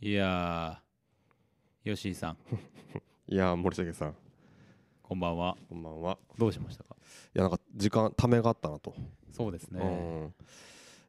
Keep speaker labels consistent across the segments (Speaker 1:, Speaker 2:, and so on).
Speaker 1: いやー、吉井さん、
Speaker 2: いやー森重さん
Speaker 1: こんばんは。
Speaker 2: こんばんは
Speaker 1: どうしましたか
Speaker 2: いやなんか時間ためがあったなと、
Speaker 1: そうですね。
Speaker 2: うん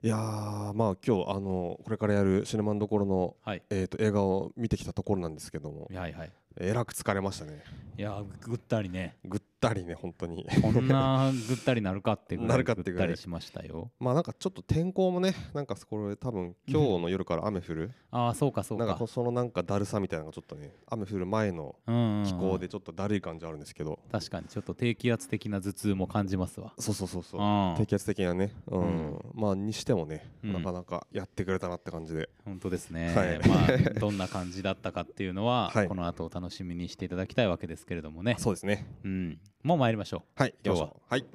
Speaker 2: いやーまあ今日あのこれからやるシネマンどころの、
Speaker 1: はい。
Speaker 2: えー、と映画を見てきたところなんですけども
Speaker 1: はいはい。
Speaker 2: えらく疲れましたね
Speaker 1: いやー、ぐったりね。
Speaker 2: ぐったりね本当に
Speaker 1: こんなぐったりなるかってぐら
Speaker 2: ないる
Speaker 1: ぐ
Speaker 2: か
Speaker 1: っ
Speaker 2: ってぐ
Speaker 1: た
Speaker 2: らい
Speaker 1: りしましたよ。
Speaker 2: まあなんかちょっと天候もねなんかこれ多分今日の夜から雨降る、
Speaker 1: ああ、そうかそう
Speaker 2: なんか
Speaker 1: か
Speaker 2: こ。そのなんかだるさみたいなのがちょっとね雨降る前の
Speaker 1: うんうん
Speaker 2: 気候でちょっとだるい感じあるんですけど、
Speaker 1: 確かにちょっと低気圧的な頭痛も感じますわ。
Speaker 2: そうそうそうそう
Speaker 1: ああ
Speaker 2: 低、気圧的なね、うん
Speaker 1: うん
Speaker 2: まあにしてもね、
Speaker 1: うん
Speaker 2: なかなかやってくれたなって感じで
Speaker 1: 本当ですね。
Speaker 2: はい
Speaker 1: ま あ、どんな感じだったかっていうのは、
Speaker 2: はい
Speaker 1: この後お楽しみにしていただきたいわけですけれどもね。
Speaker 2: そうですね
Speaker 1: うん。もう参りましょう。
Speaker 2: はい
Speaker 1: 今
Speaker 2: 今
Speaker 1: 日
Speaker 2: 日
Speaker 1: は
Speaker 2: ははい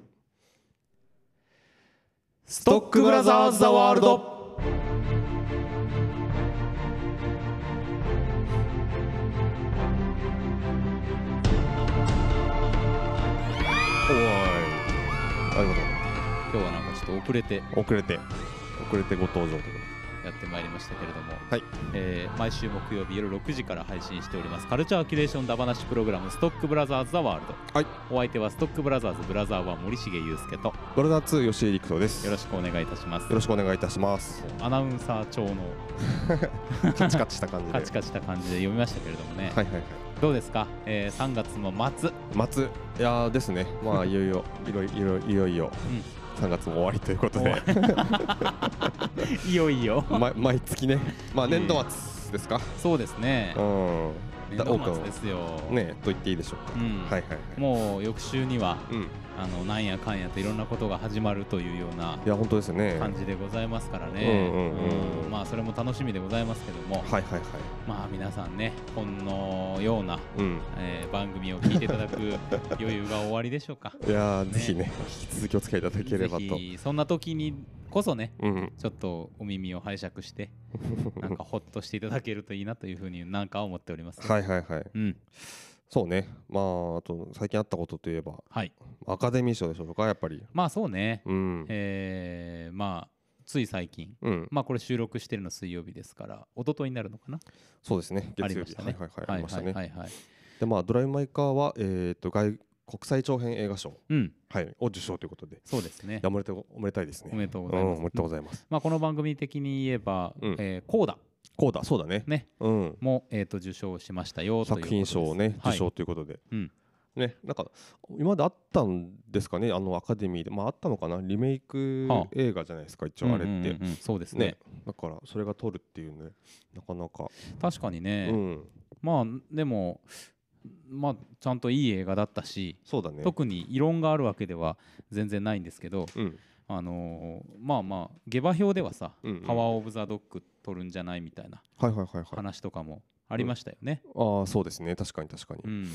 Speaker 1: ストックブラザーズ・ザ・ワールド
Speaker 2: おーいありが
Speaker 1: 今日はなんかちょっと遅れて
Speaker 2: とう遅れて遅れてご登場というこ
Speaker 1: やってまいりましたけれども、
Speaker 2: はい
Speaker 1: えー毎週木曜日夜6時から配信しておりますカルチャーキュレーションダバなしプログラム「ストックブラザーズ・ザ・ワールド」
Speaker 2: はい
Speaker 1: お相手はストックブラザーズブラザーは森重裕介と
Speaker 2: とでブラザー2吉井陸斗です
Speaker 1: よ
Speaker 2: よ
Speaker 1: ろしくお願いいたします
Speaker 2: ろしくお願いいたします
Speaker 1: アナウンサー調の
Speaker 2: カチカチした感じで
Speaker 1: カチカチした感じで読みましたけれどもね、
Speaker 2: はいはいはい
Speaker 1: どうですか、え3月の末、
Speaker 2: 松いやーですねまあいよいよいろいろいよいよ
Speaker 1: う
Speaker 2: 3月も終わりということで
Speaker 1: 終 ん、いよいよ
Speaker 2: ま 毎月ねまあ年度末ですか
Speaker 1: そうですね
Speaker 2: うん
Speaker 1: 年
Speaker 2: だ
Speaker 1: 度
Speaker 2: 多く
Speaker 1: 末ですよ、
Speaker 2: ねと言っていいでしょうか
Speaker 1: うん
Speaker 2: はいはいはい
Speaker 1: もう翌週には
Speaker 2: うんい
Speaker 1: あのなんやかんやといろんなことが始まるというような
Speaker 2: や本当ですね
Speaker 1: 感じでございますからね、
Speaker 2: うんうんうん
Speaker 1: うんまあそれも楽しみでございますけども、
Speaker 2: はいはいはい
Speaker 1: まあ皆さんね、このような、
Speaker 2: うん
Speaker 1: えー番組を聞いていただ く余裕が終わりでしょうか。
Speaker 2: いやー
Speaker 1: ね
Speaker 2: ぜひね引き続きお付き合いいただければ
Speaker 1: ぜ
Speaker 2: と
Speaker 1: ひそんな時にこそね、
Speaker 2: うん
Speaker 1: ちょっとお耳を拝借して、なんかほっとしていただけるといいなというふうになんか思っております。
Speaker 2: はいはいはい
Speaker 1: うん、
Speaker 2: そうねまああと最近あったことといえば
Speaker 1: はい。
Speaker 2: アカデミー賞でしょうかやっぱり
Speaker 1: まあそうね、
Speaker 2: うん
Speaker 1: えーまあつい最近。
Speaker 2: うん
Speaker 1: まあこれ収録してるの水曜日ですから一昨日になるのかな
Speaker 2: そうですね
Speaker 1: あり
Speaker 2: 月曜
Speaker 1: まし
Speaker 2: 日
Speaker 1: た
Speaker 2: はい
Speaker 1: ね
Speaker 2: はいはいありました
Speaker 1: は
Speaker 2: ね
Speaker 1: いはいはい
Speaker 2: でまあドライブ・マイ・カーはえっと外国際長編映画賞
Speaker 1: うん
Speaker 2: はいを受賞ということでい
Speaker 1: そうですね
Speaker 2: やおめでとうおめでたいですね
Speaker 1: おめでとうご
Speaker 2: う
Speaker 1: ざいま
Speaker 2: ん
Speaker 1: す
Speaker 2: おめでとうございます
Speaker 1: まあ、この番組的に言えば、
Speaker 2: うん
Speaker 1: えーコーダ
Speaker 2: こうだそうだね
Speaker 1: ね
Speaker 2: うん
Speaker 1: も、えー、と受賞しましたよということ
Speaker 2: 作
Speaker 1: です
Speaker 2: 品賞をね
Speaker 1: はい
Speaker 2: 受賞ということで
Speaker 1: うん
Speaker 2: ねなんか今まであったんですかねあのアカデミーでまああったのかなリメイク
Speaker 1: はあ
Speaker 2: 映画じゃないですか一応あれ
Speaker 1: うん
Speaker 2: っ
Speaker 1: うん
Speaker 2: て
Speaker 1: うんうんそうですね
Speaker 2: ねだからそれが取るっていうねなかなか
Speaker 1: 確かに
Speaker 2: う
Speaker 1: ね、
Speaker 2: ん
Speaker 1: まあでもまあちゃんといい映画だったし、
Speaker 2: そうだね
Speaker 1: 特に異論があるわけでは全然ないんですけど
Speaker 2: うん
Speaker 1: あのーまあまあ下馬評ではさ、
Speaker 2: うんうん
Speaker 1: パワー・オブ・ザ・ドッグ取るんじゃないみたいな
Speaker 2: はいはいはいはい
Speaker 1: 話とかもありましたよね。
Speaker 2: ああそうですね確かに確かに、
Speaker 1: うん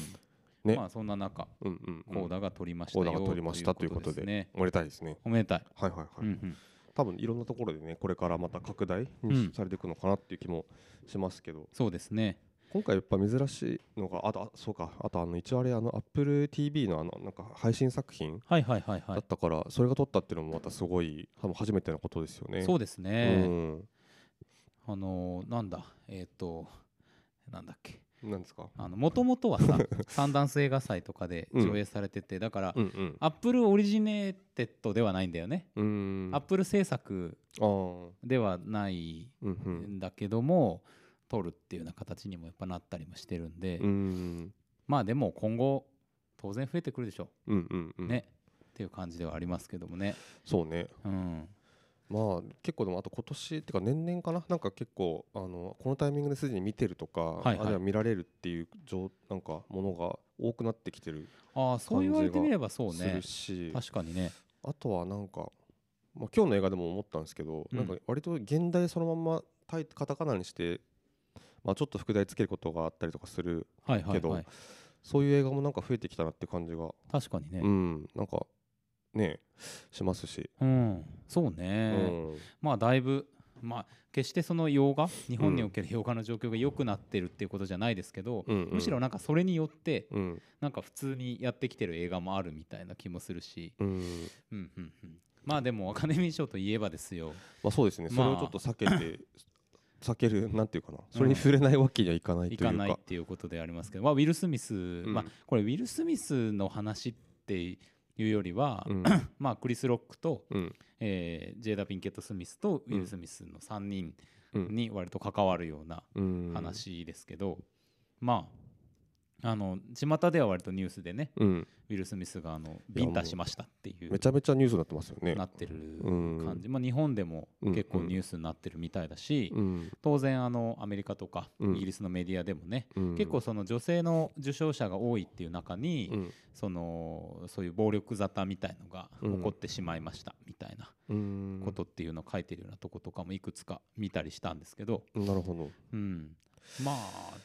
Speaker 2: ね
Speaker 1: まあそんな中
Speaker 2: うんうんうん
Speaker 1: コーダが取りました
Speaker 2: オー
Speaker 1: よ
Speaker 2: ダーが取りましたということで
Speaker 1: すね。
Speaker 2: おめでたいですね
Speaker 1: おめでたい。
Speaker 2: はいはいはい、
Speaker 1: うんうん
Speaker 2: 多分いろんなところでねこれからまた拡大
Speaker 1: うん
Speaker 2: されていくのかなっていう気もしますけど、
Speaker 1: そうですね。
Speaker 2: 今回やっぱ珍しいのがあとあそうかあとあの一応あれあの AppleTV のあのなんか配信作品
Speaker 1: はいはいはいは
Speaker 2: だ
Speaker 1: い
Speaker 2: っ。たから、それが撮ったっていうのもまたすごい多分初めてのことですよね
Speaker 1: そううですね。
Speaker 2: ん、
Speaker 1: あのーなんだ、えっ、と、なんだっけ。
Speaker 2: なんですか
Speaker 1: あの、もともとは さ、サンダンス映画祭とかで
Speaker 2: うん
Speaker 1: 上映されてて、だから、
Speaker 2: うんうん
Speaker 1: アップルオリジネーテッドではないんだよね。
Speaker 2: うーん
Speaker 1: アップル制作
Speaker 2: あー
Speaker 1: ではない
Speaker 2: うんうん
Speaker 1: んだけども、撮るっていうような形にもやっぱなったりもしてるんで、
Speaker 2: うん
Speaker 1: まあでも今後、当然増えてくるでしょ
Speaker 2: うんうんう
Speaker 1: う。
Speaker 2: ん
Speaker 1: ね。っていう感じではありますけどもね。
Speaker 2: そうね
Speaker 1: うん。
Speaker 2: まあ結構でもあと今年っていうか年々かななんか結構あのこのタイミングですでに見てるとか、
Speaker 1: はいはい
Speaker 2: あるいは見られるっていう状なんかものが多くなってきてる
Speaker 1: ああ、そう言われてみればそう
Speaker 2: す
Speaker 1: ね
Speaker 2: る。し
Speaker 1: 確かにね。
Speaker 2: あとはなんか、まあ、今日の映画でも思ったんですけど、
Speaker 1: うん
Speaker 2: なんか割と現代そのままタイカタカナにして、まあ、ちょっと副題つけることがあったりとかする
Speaker 1: はいはい
Speaker 2: けど
Speaker 1: はい。
Speaker 2: そういう映画もなんか増えてきたなって感じが、
Speaker 1: 確かにね。
Speaker 2: うんなんかねしますし、
Speaker 1: うん、そうね、
Speaker 2: うん
Speaker 1: まあだいぶ、まあ、決してその洋画日本における洋画の状況が良くなってるっていうことじゃないですけど、
Speaker 2: うんうん
Speaker 1: むしろなんかそれによって
Speaker 2: うん
Speaker 1: なんか普通にやってきてる映画もあるみたいな気もするし、
Speaker 2: うん
Speaker 1: うんうんうん、まあでもアカデミー賞といえばですよ
Speaker 2: まあそうですね、
Speaker 1: まあ
Speaker 2: それをちょっと避けて避けるなんていうかなそれに触れないわけにはいかないと
Speaker 1: い
Speaker 2: い
Speaker 1: う
Speaker 2: か,、
Speaker 1: かないっていうことでありますけど、まあ、ウィル・スミス、
Speaker 2: ん
Speaker 1: まあ、これウィル・スミスの話っていうよりは、
Speaker 2: うん
Speaker 1: まあ、クリス・ロックと、
Speaker 2: うん
Speaker 1: えージェイダ・ピンケット・スミスとウィ
Speaker 2: う
Speaker 1: ル・
Speaker 2: ん
Speaker 1: スミスの3人
Speaker 2: うん
Speaker 1: に割と関わるような
Speaker 2: うん、
Speaker 1: 話ですけど、まああの巷では割とニュースでね
Speaker 2: うん、
Speaker 1: ウィル・スミスがあのビンタしましたっていう
Speaker 2: めちゃめちゃニュースになってますよね
Speaker 1: なってる
Speaker 2: うん
Speaker 1: 感じ、まあ、日本でも結構
Speaker 2: うんうん
Speaker 1: ニュースになってるみたいだし、
Speaker 2: うん
Speaker 1: 当然あのアメリカとか
Speaker 2: うん
Speaker 1: イギリスのメディアでもね、
Speaker 2: うん、
Speaker 1: 結構その女性の受賞者が多いっていう中に、
Speaker 2: うん
Speaker 1: そのそういう暴力沙汰みたいのが
Speaker 2: うん
Speaker 1: 起こってしまいましたみたいな
Speaker 2: うん
Speaker 1: ことっていうのを書いてるようなとことかもいくつか見たりしたんですけど、
Speaker 2: なるほど
Speaker 1: うん、ま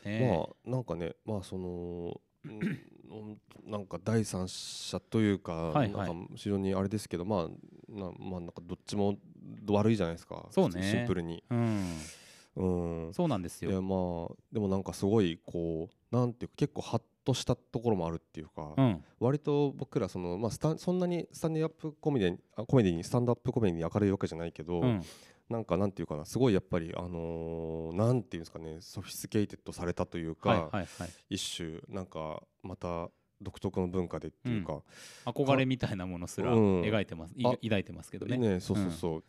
Speaker 1: あね、
Speaker 2: まあなんかねまあそのうんなんか第三者というか、
Speaker 1: はいはい
Speaker 2: なんか非常にあれですけどまあなまあなんかどっちも悪いじゃないですか
Speaker 1: そうね
Speaker 2: シンプルに
Speaker 1: うん、
Speaker 2: うん
Speaker 1: そうなんです
Speaker 2: でま
Speaker 1: よ。
Speaker 2: あでもなんかすごいこうなんていうか結構ハッとしたところもあるっていうか、
Speaker 1: うん、
Speaker 2: 割と僕らそのまあスタンそんなにスタンディアップコメディあコメディにスタンドアップコメディに明るいわけじゃないけど、
Speaker 1: うん、
Speaker 2: なんかなんていうかなすごいやっぱりあのーなんていうんですかねソフィスケイテッドされたというか、
Speaker 1: はいはいはい
Speaker 2: 一種なんかまた独特の文化でっていうか、
Speaker 1: 憧れみたいなものすら
Speaker 2: うん
Speaker 1: 描いてます、い
Speaker 2: あ
Speaker 1: 抱いてますけどね
Speaker 2: ねそうそうそう、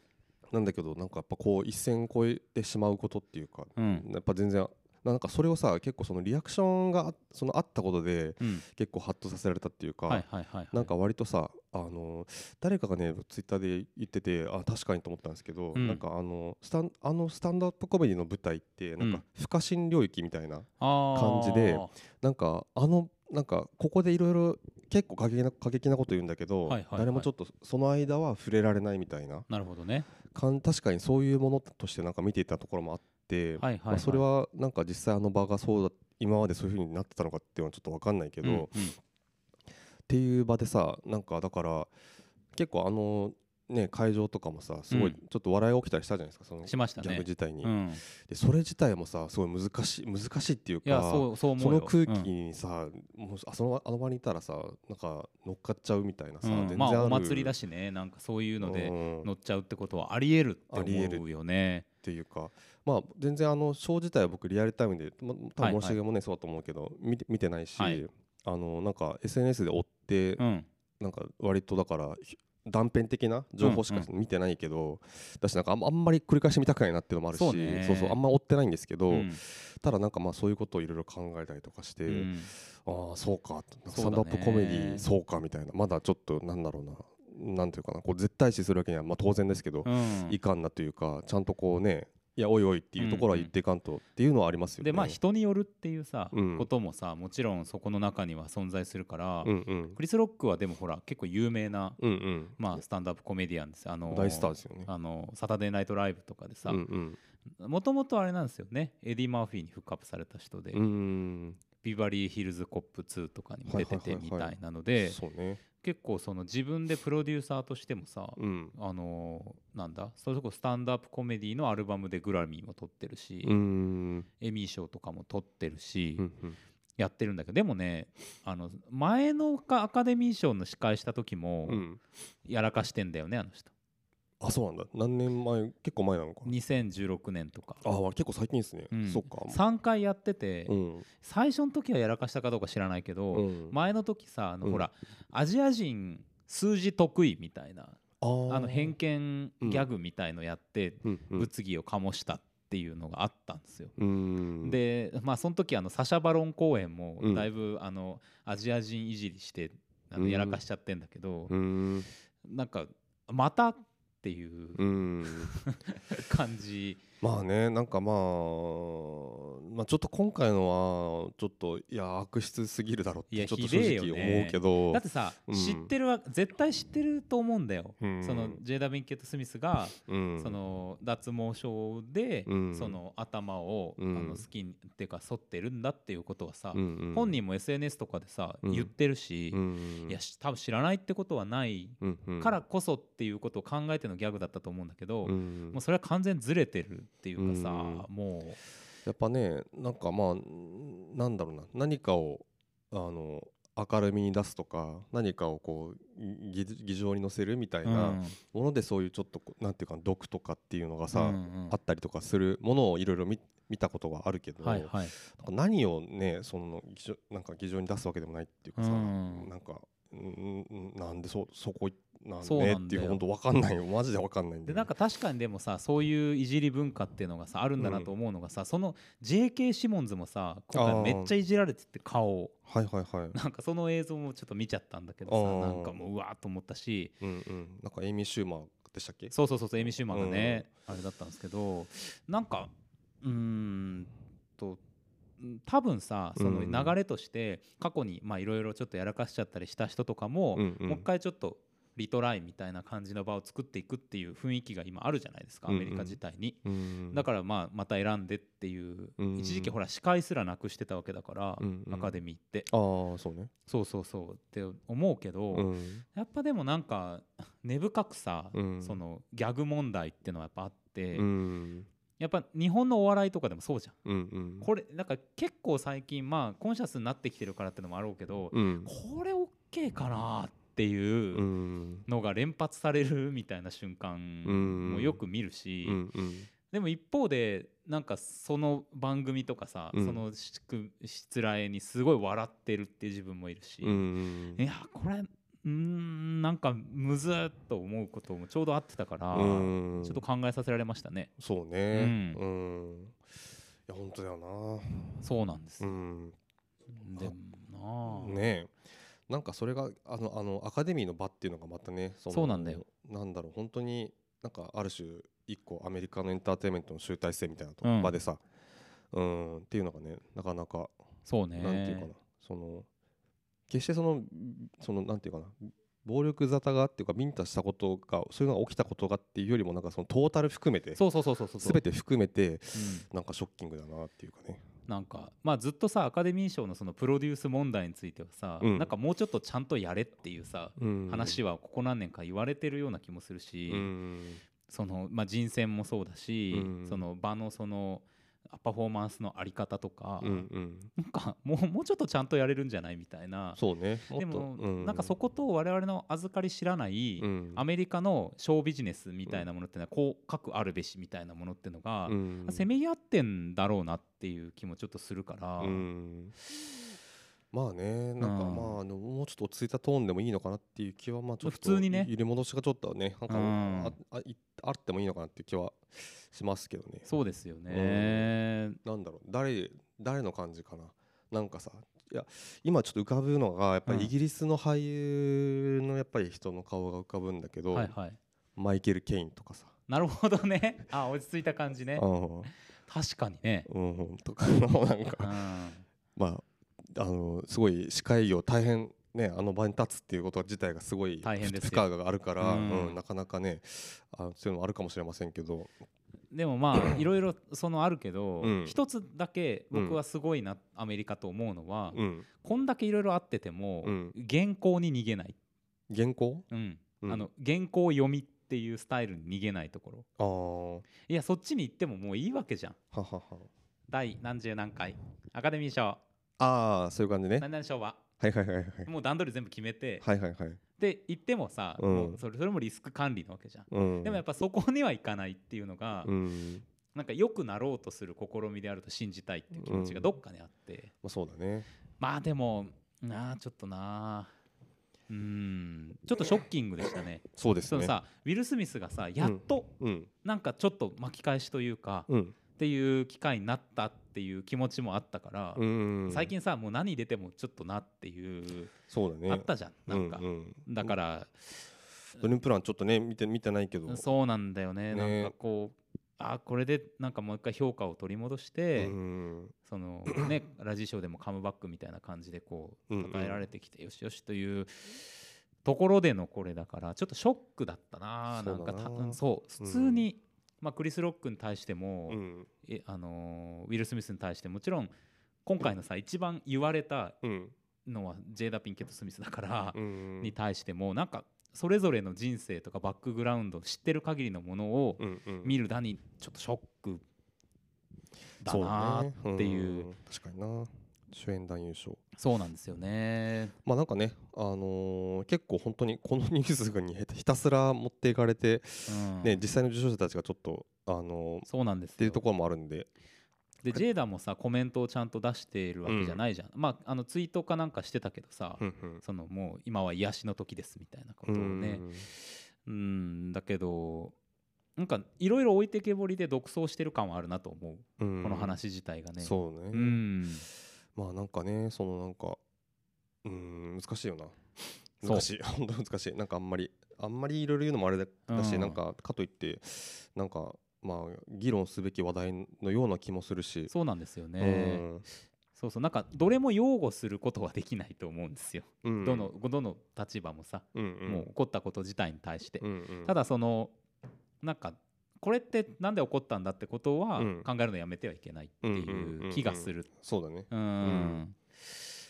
Speaker 2: なんだけどなんかやっぱこう一線越えてしまうことっていうか、
Speaker 1: うん
Speaker 2: やっぱ全然なんかそれをさ結構そのリアクションがあそのあったことで
Speaker 1: うん、
Speaker 2: 結構ハッとさせられたっていうか、
Speaker 1: はいはいはいはい
Speaker 2: なんか割とさあの誰かがねツイッターで言っててあ確かにと思ったんですけど、
Speaker 1: うん
Speaker 2: なんかあのスタンあのスタンドアップコメディの舞台ってなん
Speaker 1: うん
Speaker 2: か不可侵領域みたいな、
Speaker 1: 感
Speaker 2: 感じでなんかあのなんかここでいろいろ結構過激な過激なこと言うんだけど、
Speaker 1: はいはいはい
Speaker 2: 誰もちょっとその間は触れられないみたいな
Speaker 1: なるほどね
Speaker 2: かん確かにそういうものとしてなんか見ていたところもあっ
Speaker 1: はいは
Speaker 2: て、
Speaker 1: いはい
Speaker 2: まあ、それはなんか実際あの場がそうだ今までそういうふうになってたのかっていうのはちょっと分かんないけど、
Speaker 1: うん
Speaker 2: っ
Speaker 1: うん
Speaker 2: ていう場でさなんかだから結構あのね会場とかもさすご
Speaker 1: う
Speaker 2: い
Speaker 1: ん
Speaker 2: ちょっと笑いが起きたりしたじゃないですかそのギ
Speaker 1: しました
Speaker 2: ャグ
Speaker 1: ね
Speaker 2: 自体に、
Speaker 1: うん、
Speaker 2: でそれ自体もさすごい難しい難しいっていうか
Speaker 1: いやそうそう思う
Speaker 2: その
Speaker 1: よ
Speaker 2: 空気
Speaker 1: うん
Speaker 2: にさ、もうあそのあの場にいたらさなんか乗っかっちゃうみたいなさ、
Speaker 1: うん
Speaker 2: 全然
Speaker 1: ま
Speaker 2: ある
Speaker 1: あお祭りだしねなんかそういうので
Speaker 2: うん
Speaker 1: 乗っちゃうってことはありえる
Speaker 2: あり
Speaker 1: っ
Speaker 2: え
Speaker 1: て
Speaker 2: る
Speaker 1: 思うよね
Speaker 2: っていうかまあ全然あのショー自体は僕リアルタイムで、ま、多
Speaker 1: はいは
Speaker 2: 分
Speaker 1: い
Speaker 2: 申し訳もね、そうだと思うけど見て見てないし、
Speaker 1: はい
Speaker 2: あのなんか SNS で追って、
Speaker 1: うん
Speaker 2: なんか割とだからひ断片的な情報しか
Speaker 1: う
Speaker 2: 見てないけど、だしなんかあんあんまり繰り返し見たくないなっていうのもあるし
Speaker 1: そうね
Speaker 2: そうそうあんま追ってないんですけど、
Speaker 1: うん
Speaker 2: ただなんかまあそういうことをいろいろ考えたりとかして。
Speaker 1: うん
Speaker 2: ああそうかなんかス
Speaker 1: そ
Speaker 2: タ
Speaker 1: う
Speaker 2: ン
Speaker 1: だ
Speaker 2: ド
Speaker 1: ね
Speaker 2: アップコメディーそうかみたいなまだちょっとなんだろうななんていうかなこう絶対視するわけにはまあ当然ですけど、
Speaker 1: うん
Speaker 2: いかんなというかちゃんとこうねいやおいおいっていうところは言っていかんとっていうのはありますよね。
Speaker 1: でまあ人によるっていうさ、
Speaker 2: うん
Speaker 1: こともさもちろんそこの中には存在するから、
Speaker 2: うんうん
Speaker 1: クリス・ロックはでもほら結構有名な、
Speaker 2: うん
Speaker 1: まあ、スタンダップコメディアンですあ
Speaker 2: う
Speaker 1: の
Speaker 2: ん、大スターですよね。
Speaker 1: あのサタデーナイトライブとかでさ
Speaker 2: うんうん
Speaker 1: もともとあれなんですよねエディ・マーフィーにフックアップされた人で、
Speaker 2: うん
Speaker 1: ビバリーヒルズ・コップ2とかにも出てて
Speaker 2: はいはい
Speaker 1: み
Speaker 2: はいはい
Speaker 1: たいなので
Speaker 2: そうね、
Speaker 1: 結構その自分でプロデューサーとしてもさ、
Speaker 2: うん
Speaker 1: あのーなんだそれこそスタンドアップコメディのアルバムでグラミーも取ってるし、
Speaker 2: うんうん
Speaker 1: エミー賞とかも取ってるし、
Speaker 2: うん
Speaker 1: やってるんだけどでもねあの前のかアカデミー賞の司会した時も
Speaker 2: うん
Speaker 1: やらかしてんだよねあの人
Speaker 2: あそうなんだ何年前結構前なのか
Speaker 1: 2016年とか
Speaker 2: ああ結構最近ですね、
Speaker 1: うん
Speaker 2: そっか
Speaker 1: 3回やってて、
Speaker 2: うん
Speaker 1: 最初の時はやらかしたかどうか知らないけど、
Speaker 2: うん
Speaker 1: 前の時さあの、
Speaker 2: うん
Speaker 1: ほらアジア人数字得意みたいな
Speaker 2: あ
Speaker 1: あの偏
Speaker 2: 変
Speaker 1: 見
Speaker 2: うん
Speaker 1: ギャグみたいのやって
Speaker 2: うんうん
Speaker 1: 物議を醸したっていうのがあったんですよ。
Speaker 2: うん
Speaker 1: でまあその時あのサシャ・バロン公演も
Speaker 2: うん
Speaker 1: だいぶあのアジア人いじりしてあの
Speaker 2: うん
Speaker 1: やらかしちゃってんだけど
Speaker 2: うん
Speaker 1: なんかまたっていう
Speaker 2: うん
Speaker 1: 感じ
Speaker 2: まあねなんかまあ、まあ、ちょっと今回のはちょっといや悪質すぎるだろっ
Speaker 1: いや
Speaker 2: てちょっと
Speaker 1: ひ
Speaker 2: 正
Speaker 1: でえよ
Speaker 2: 直
Speaker 1: ね
Speaker 2: 思うけど
Speaker 1: だってさ
Speaker 2: うん
Speaker 1: 知ってるわ絶対知ってると思うんだよ。
Speaker 2: うん
Speaker 1: そのジェイダ・ビンケット・スミスが
Speaker 2: うん
Speaker 1: その脱毛症で
Speaker 2: うん
Speaker 1: その頭をあ
Speaker 2: うん
Speaker 1: の好きにっていうか剃ってるんだっていうことはさ
Speaker 2: うんうん
Speaker 1: 本人も SNS とかでさ、
Speaker 2: うん
Speaker 1: 言ってるし、
Speaker 2: うん
Speaker 1: いやし多分知らないってことはない
Speaker 2: うんうん
Speaker 1: からこそっていうことを考えてのギャグだったと思うんだけど、
Speaker 2: うん
Speaker 1: もうそれは完全にずれてるっていうかさ、
Speaker 2: うん
Speaker 1: もう
Speaker 2: やっぱねなんかまあなんだろうな何かをあの明るみに出すとか何かをこうぎ議場に載せるみたい
Speaker 1: うん
Speaker 2: なものでそういうちょっとこうなんていうか毒とかっていうのがさ、
Speaker 1: うんうん
Speaker 2: あったりとかするものをいろいろ見見たことがあるけど、
Speaker 1: はいはい
Speaker 2: なんか何をねその議場なんか議場に出すわけでもないっていうかさ、
Speaker 1: うん
Speaker 2: なんか、うんうんなんでそそこなん
Speaker 1: そうなんだよ
Speaker 2: ねっていう本当わかんないよマジでわかんないんだ
Speaker 1: で
Speaker 2: よ
Speaker 1: なんか確かにでもさそういういじり文化っていうのがさあるんだなと思うのがさ、その JK シモンズもさ今回めっちゃいじられてて顔を
Speaker 2: はいはいはい、
Speaker 1: なんかその映像もちょっと見ちゃったんだけど
Speaker 2: あ
Speaker 1: さ
Speaker 2: ー
Speaker 1: なんかもううわーっと思ったし
Speaker 2: うんうん、なんかエイミー・シューマーでしたっけ
Speaker 1: そうそうそうそうエミシューマンがね、あれだったんですけどなんかうーんとうん多分さその
Speaker 2: うん
Speaker 1: 流れとして過去にまあいろいろちょっとやらかしちゃったりした人とかも、
Speaker 2: うんうん
Speaker 1: もう一回ちょっとリトライみたいな感じの場を作っていくっていう雰囲気が今あるじゃないですかアメリカ自体に。
Speaker 2: うん
Speaker 1: だからまあまた選んでっていう、
Speaker 2: うん
Speaker 1: 一時期ほら司会すらなくしてたわけだから、
Speaker 2: うんうん
Speaker 1: アカデミーって
Speaker 2: ああそうね
Speaker 1: そうそうそうって思うけど、
Speaker 2: うん
Speaker 1: やっぱでもなんか根深くさ、
Speaker 2: うん
Speaker 1: そのギャグ問題ってのはやっぱあって、
Speaker 2: うん
Speaker 1: やっぱ日本のお笑いとかでもそうじゃん。
Speaker 2: うんうん
Speaker 1: これなんか結構最近まあコンシャスになってきてるからってのもあろうけど、
Speaker 2: うん
Speaker 1: これ OK かなっていううんのが連発されるみたいな瞬間もよく見るし。
Speaker 2: うんうん
Speaker 1: でも一方でなんかその番組とかさ、
Speaker 2: うん
Speaker 1: そのしく失礼にすごい笑ってるっていう自分もいるし、
Speaker 2: うんう
Speaker 1: い
Speaker 2: ん
Speaker 1: やこれうーんなんかむずっと思うこともちょうどあってたから、
Speaker 2: うん
Speaker 1: ちょっと考えさせられましたね
Speaker 2: そうね
Speaker 1: う
Speaker 2: うんいや本当だよ
Speaker 1: そうなんです、
Speaker 2: なうん
Speaker 1: でもなあ、
Speaker 2: ねえなんかそれがあのあのアカデミーの場っていうのがまたねその
Speaker 1: そうなんだよ
Speaker 2: なんだろう本当になんかある種一個アメリカのエンターテインメントの集大成みたいなと
Speaker 1: うん
Speaker 2: 場でさうんっていうのがねなかなか
Speaker 1: そうね
Speaker 2: なんていうかなその決してそのそのなんていうかな暴力沙汰がっていうかビンタしたことがそういうのが起きたことがっていうよりもなんかそのトータル含めて
Speaker 1: そうそうそうそうそう
Speaker 2: 全て含めて
Speaker 1: うん
Speaker 2: なんかショッキングだなっていうかね
Speaker 1: なんかまあずっとさアカデミー賞のそのプロデュース問題についてはさ、
Speaker 2: うん
Speaker 1: なんかもうちょっとちゃんとやれっていうさ、話はここ何年か言われてるような気もするし、
Speaker 2: うん
Speaker 1: その、まあ、人選もそうだし、
Speaker 2: うん
Speaker 1: その場のそのパフォーマンスのあり方とか、
Speaker 2: うんうん
Speaker 1: なんかもうもうちょっとちゃんとやれるんじゃないみたいな
Speaker 2: そうねもっ
Speaker 1: で
Speaker 2: と
Speaker 1: も、
Speaker 2: う
Speaker 1: なんかそこと我々の預かり知らない、
Speaker 2: うん
Speaker 1: アメリカのショービジネスみたいなものってのはこうかくあるべしみたいなものってのが、
Speaker 2: うん
Speaker 1: せめぎ合ってんだろうなっていう気もちょっとするから、
Speaker 2: うんまあねなんか
Speaker 1: うん
Speaker 2: まああのもうちょっと落ち着いたトーンでもいいのかなっていう気はまあちょっと
Speaker 1: 普通にね
Speaker 2: 揺り戻しがちょっとねなんか
Speaker 1: うん
Speaker 2: ああいあってもいいのかなっていう気はしますけどね
Speaker 1: そうですよね。
Speaker 2: なんだろう誰誰の感じかななんかさいや今ちょっと浮かぶのがやっぱ
Speaker 1: うん
Speaker 2: りイギリスの俳優のやっぱり人の顔が浮かぶんだけど、
Speaker 1: はいはい、
Speaker 2: マイケル・ケインとかさ、
Speaker 1: なるほどねあ落ち着いた感じね
Speaker 2: うん
Speaker 1: 確かにね。
Speaker 2: うん、とかのなん
Speaker 1: う
Speaker 2: か
Speaker 1: ん
Speaker 2: まああのすごい司会業大変ねあの場に立つっていうこと自体がすごい
Speaker 1: 大変ですよ
Speaker 2: 負荷があるから、
Speaker 1: うん
Speaker 2: うんなかなかねあのそういうのもあるかもしれませんけど、
Speaker 1: でもま あいろいろそのあるけど、
Speaker 2: うん
Speaker 1: 一つだけ僕はすごいな、アメリカと思うのは、
Speaker 2: うん、
Speaker 1: こんだけいろいろあってても、
Speaker 2: うん
Speaker 1: 原稿に逃げない、
Speaker 2: 原稿
Speaker 1: うん
Speaker 2: うん
Speaker 1: あの原稿読みっていうスタイルに逃げないところ
Speaker 2: ああはい
Speaker 1: やそっちに行ってももういいわけじゃん
Speaker 2: はは
Speaker 1: 第何十何回アカデミー賞
Speaker 2: ああそういう感じね
Speaker 1: 何々賞は
Speaker 2: はいはいはいはい
Speaker 1: もう段取り全部決めて、
Speaker 2: はいはいはい、
Speaker 1: で行ってもさ、
Speaker 2: うん
Speaker 1: もうそれそれもリスク管理なわけじゃん、
Speaker 2: うん、
Speaker 1: でもやっぱそこには行かないっていうのが、
Speaker 2: うん
Speaker 1: なんか良くなろうとする試みであると信じたいっていう気持ちがどっかにあって、
Speaker 2: まあ、そうだね
Speaker 1: まあでもなあちょっとなあうーんちょっとショッキングでしたね
Speaker 2: そうです
Speaker 1: そ
Speaker 2: ね
Speaker 1: のさウィル・スミスがさやっと
Speaker 2: うん
Speaker 1: なんかちょっと巻き返しというか、っ
Speaker 2: うん
Speaker 1: ていう機会になったっていう気持ちもあったから、
Speaker 2: うん
Speaker 1: 最近さもう何出てもちょっとなっていう、
Speaker 2: そうだね
Speaker 1: あったじゃんなんか、
Speaker 2: ううん
Speaker 1: だから、
Speaker 2: ドリームプランちょっとね見て見てないけど
Speaker 1: そうなんだよね
Speaker 2: ね
Speaker 1: なんかこうあこれでなんかもう一回評価を取り戻し
Speaker 2: う
Speaker 1: て、
Speaker 2: ん
Speaker 1: そ のねラジショーでもカムバックみたいな感じでこう
Speaker 2: うんうん
Speaker 1: 与えられてきてよしよしというところでのこれだからちょっとショックだったな
Speaker 2: そ
Speaker 1: な
Speaker 2: うんだ
Speaker 1: か
Speaker 2: な
Speaker 1: たうんそう普通にまあクリス・ロックに対しても
Speaker 2: うん
Speaker 1: えあのーウィル・スミスに対してもちろん今回のさ一番言われた
Speaker 2: うん
Speaker 1: のはジェイダ・ピンケット・スミスだから
Speaker 2: うん
Speaker 1: に対してもなんかそれぞれの人生とかバックグラウンド知ってる限りのものを
Speaker 2: うんうん
Speaker 1: 見るだにちょっとショックだ
Speaker 2: そう
Speaker 1: なー
Speaker 2: だね
Speaker 1: っていう
Speaker 2: うん確かにな主演男優賞
Speaker 1: そうなんですよね
Speaker 2: まあなんかね、あのー結構本当にこのニュースにひたすら持っていかれて、
Speaker 1: うん
Speaker 2: ね、実際の受賞者たちがちょっと、あのーっ
Speaker 1: そうなんですよ
Speaker 2: ていうところもあるんで、
Speaker 1: でジェイダもさコメントをちゃんと出しているわけじゃないじゃん、まああのツイートかなんかしてたけどさ、
Speaker 2: うんうん
Speaker 1: そのもう今は癒しの時ですみたいなことをねうんだけどなんかいろいろ置いてけぼりで独走してる感はあるなと思う、
Speaker 2: うん
Speaker 1: この話自体がね
Speaker 2: そうね、
Speaker 1: うん
Speaker 2: まあなんかねそのなんかうん難しいよな
Speaker 1: そう
Speaker 2: 難しい 本当難しいなんかあんまりあんまりいろいろ言うのもあれだだし、
Speaker 1: うん
Speaker 2: なんかかといってなんかまあ議論すべき話題のような気もするし
Speaker 1: そうなんですよね、
Speaker 2: うん
Speaker 1: そうそうなんかどれも擁護することはできないと思うんですよ、
Speaker 2: うん
Speaker 1: どのどの立場もさ、
Speaker 2: うんうん
Speaker 1: もう起こったこと自体に対して、
Speaker 2: うんうん
Speaker 1: ただそのなんかこれってなんで起こったんだってことは
Speaker 2: うん
Speaker 1: 考えるのやめてはいけないっていう気がする
Speaker 2: そうだね
Speaker 1: うん
Speaker 2: ん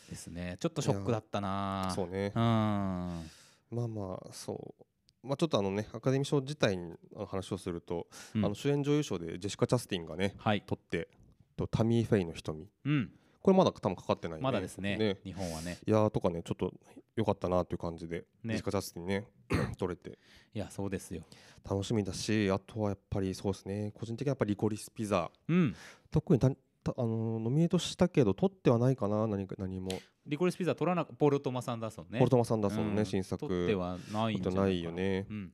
Speaker 1: ですねちょっとショックだったな
Speaker 2: そうね
Speaker 1: うん
Speaker 2: まあまあそうまあちょっとあのねアカデミー賞自体の話をすると、
Speaker 1: うん
Speaker 2: あの主演女優賞でジェシカ・チャスティンがね
Speaker 1: はい
Speaker 2: 取ってとタミー・フェイの瞳
Speaker 1: うん
Speaker 2: これまだ多分かかってないよ
Speaker 1: まだですね日本はね
Speaker 2: いやーとかねちょっと良かったなという感じで、
Speaker 1: ね
Speaker 2: ね、ジェシカ・チャスティンね 取れて
Speaker 1: いやそうですよ
Speaker 2: 楽しみだしあとはやっぱりそうですね個人的にはやっぱりリコリスピザ
Speaker 1: うん
Speaker 2: 特にたたあのーノミネートしたけど取ってはないかな何か何も、
Speaker 1: リコリスピザ取らなポール・トマサンダーソンね
Speaker 2: ポルトマ・サンダーソンのね、
Speaker 1: うん
Speaker 2: 新作
Speaker 1: 取ってはないん
Speaker 2: 取っ
Speaker 1: じ
Speaker 2: て
Speaker 1: ゃ
Speaker 2: な
Speaker 1: ないいか
Speaker 2: よ
Speaker 1: な
Speaker 2: ね
Speaker 1: うん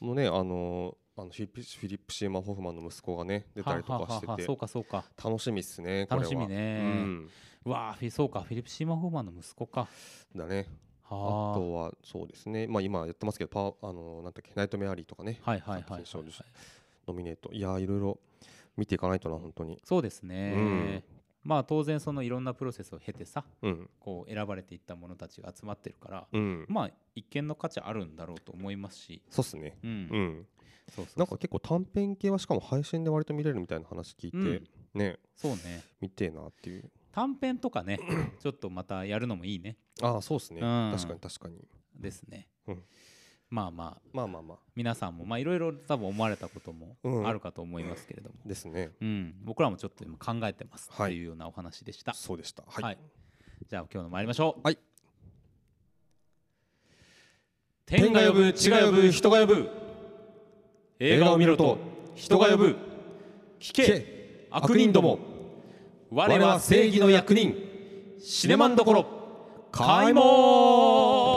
Speaker 2: のねあのーあのフィリップフィリップ・シーマー・ホフマンの息子がね出たりとかして
Speaker 1: はははは
Speaker 2: て
Speaker 1: そうかそうか
Speaker 2: 楽しみっすねこれは
Speaker 1: 楽しみ
Speaker 2: う
Speaker 1: ね
Speaker 2: ん、
Speaker 1: わあフィそうかフィリップ・シーマン・ホーマンの息子か
Speaker 2: だねあ
Speaker 1: はあ
Speaker 2: とはそうですねまあ今やってますけどパワーあのーなんだっけナイト・メアリーとかね
Speaker 1: はいはいはいはい、
Speaker 2: 作品賞受賞
Speaker 1: はい
Speaker 2: ノミネートいやーいろいろ見ていかないとな本当に
Speaker 1: そうですね、
Speaker 2: うん
Speaker 1: まあ当然そのいろんなプロセスを経てさ
Speaker 2: うん
Speaker 1: こう選ばれていった者たちが集まってるから、
Speaker 2: うん
Speaker 1: まあ一見の価値あるんだろうと思いますし、
Speaker 2: そうっすね
Speaker 1: うん
Speaker 2: うん
Speaker 1: そうそうそう
Speaker 2: なんか結構短編系はしかも配信で割と見れるみたいな話聞いて、
Speaker 1: うん
Speaker 2: ね
Speaker 1: そうね
Speaker 2: 見てえなっていう
Speaker 1: 短編とかねちょっとまたやるのもいいね
Speaker 2: ああそうっすね、
Speaker 1: うん
Speaker 2: 確かに確かに
Speaker 1: ですね、
Speaker 2: うん
Speaker 1: まあまあ
Speaker 2: まあまあまあ
Speaker 1: 皆さんもまあいろいろ多分思われたことも
Speaker 2: うん
Speaker 1: あるかと思いますけれども、
Speaker 2: ですね
Speaker 1: うん僕らもちょっと今考えてますっ
Speaker 2: はい
Speaker 1: ていうようなお話でした、
Speaker 2: そうでしたはい、
Speaker 1: はいじゃあ今日の参りましょう
Speaker 2: はい
Speaker 1: 天が呼ぶ地が呼ぶ人が呼ぶ映画を見ろと人が呼ぶ聞け悪人ども我は正義の役人シネマンどころ開門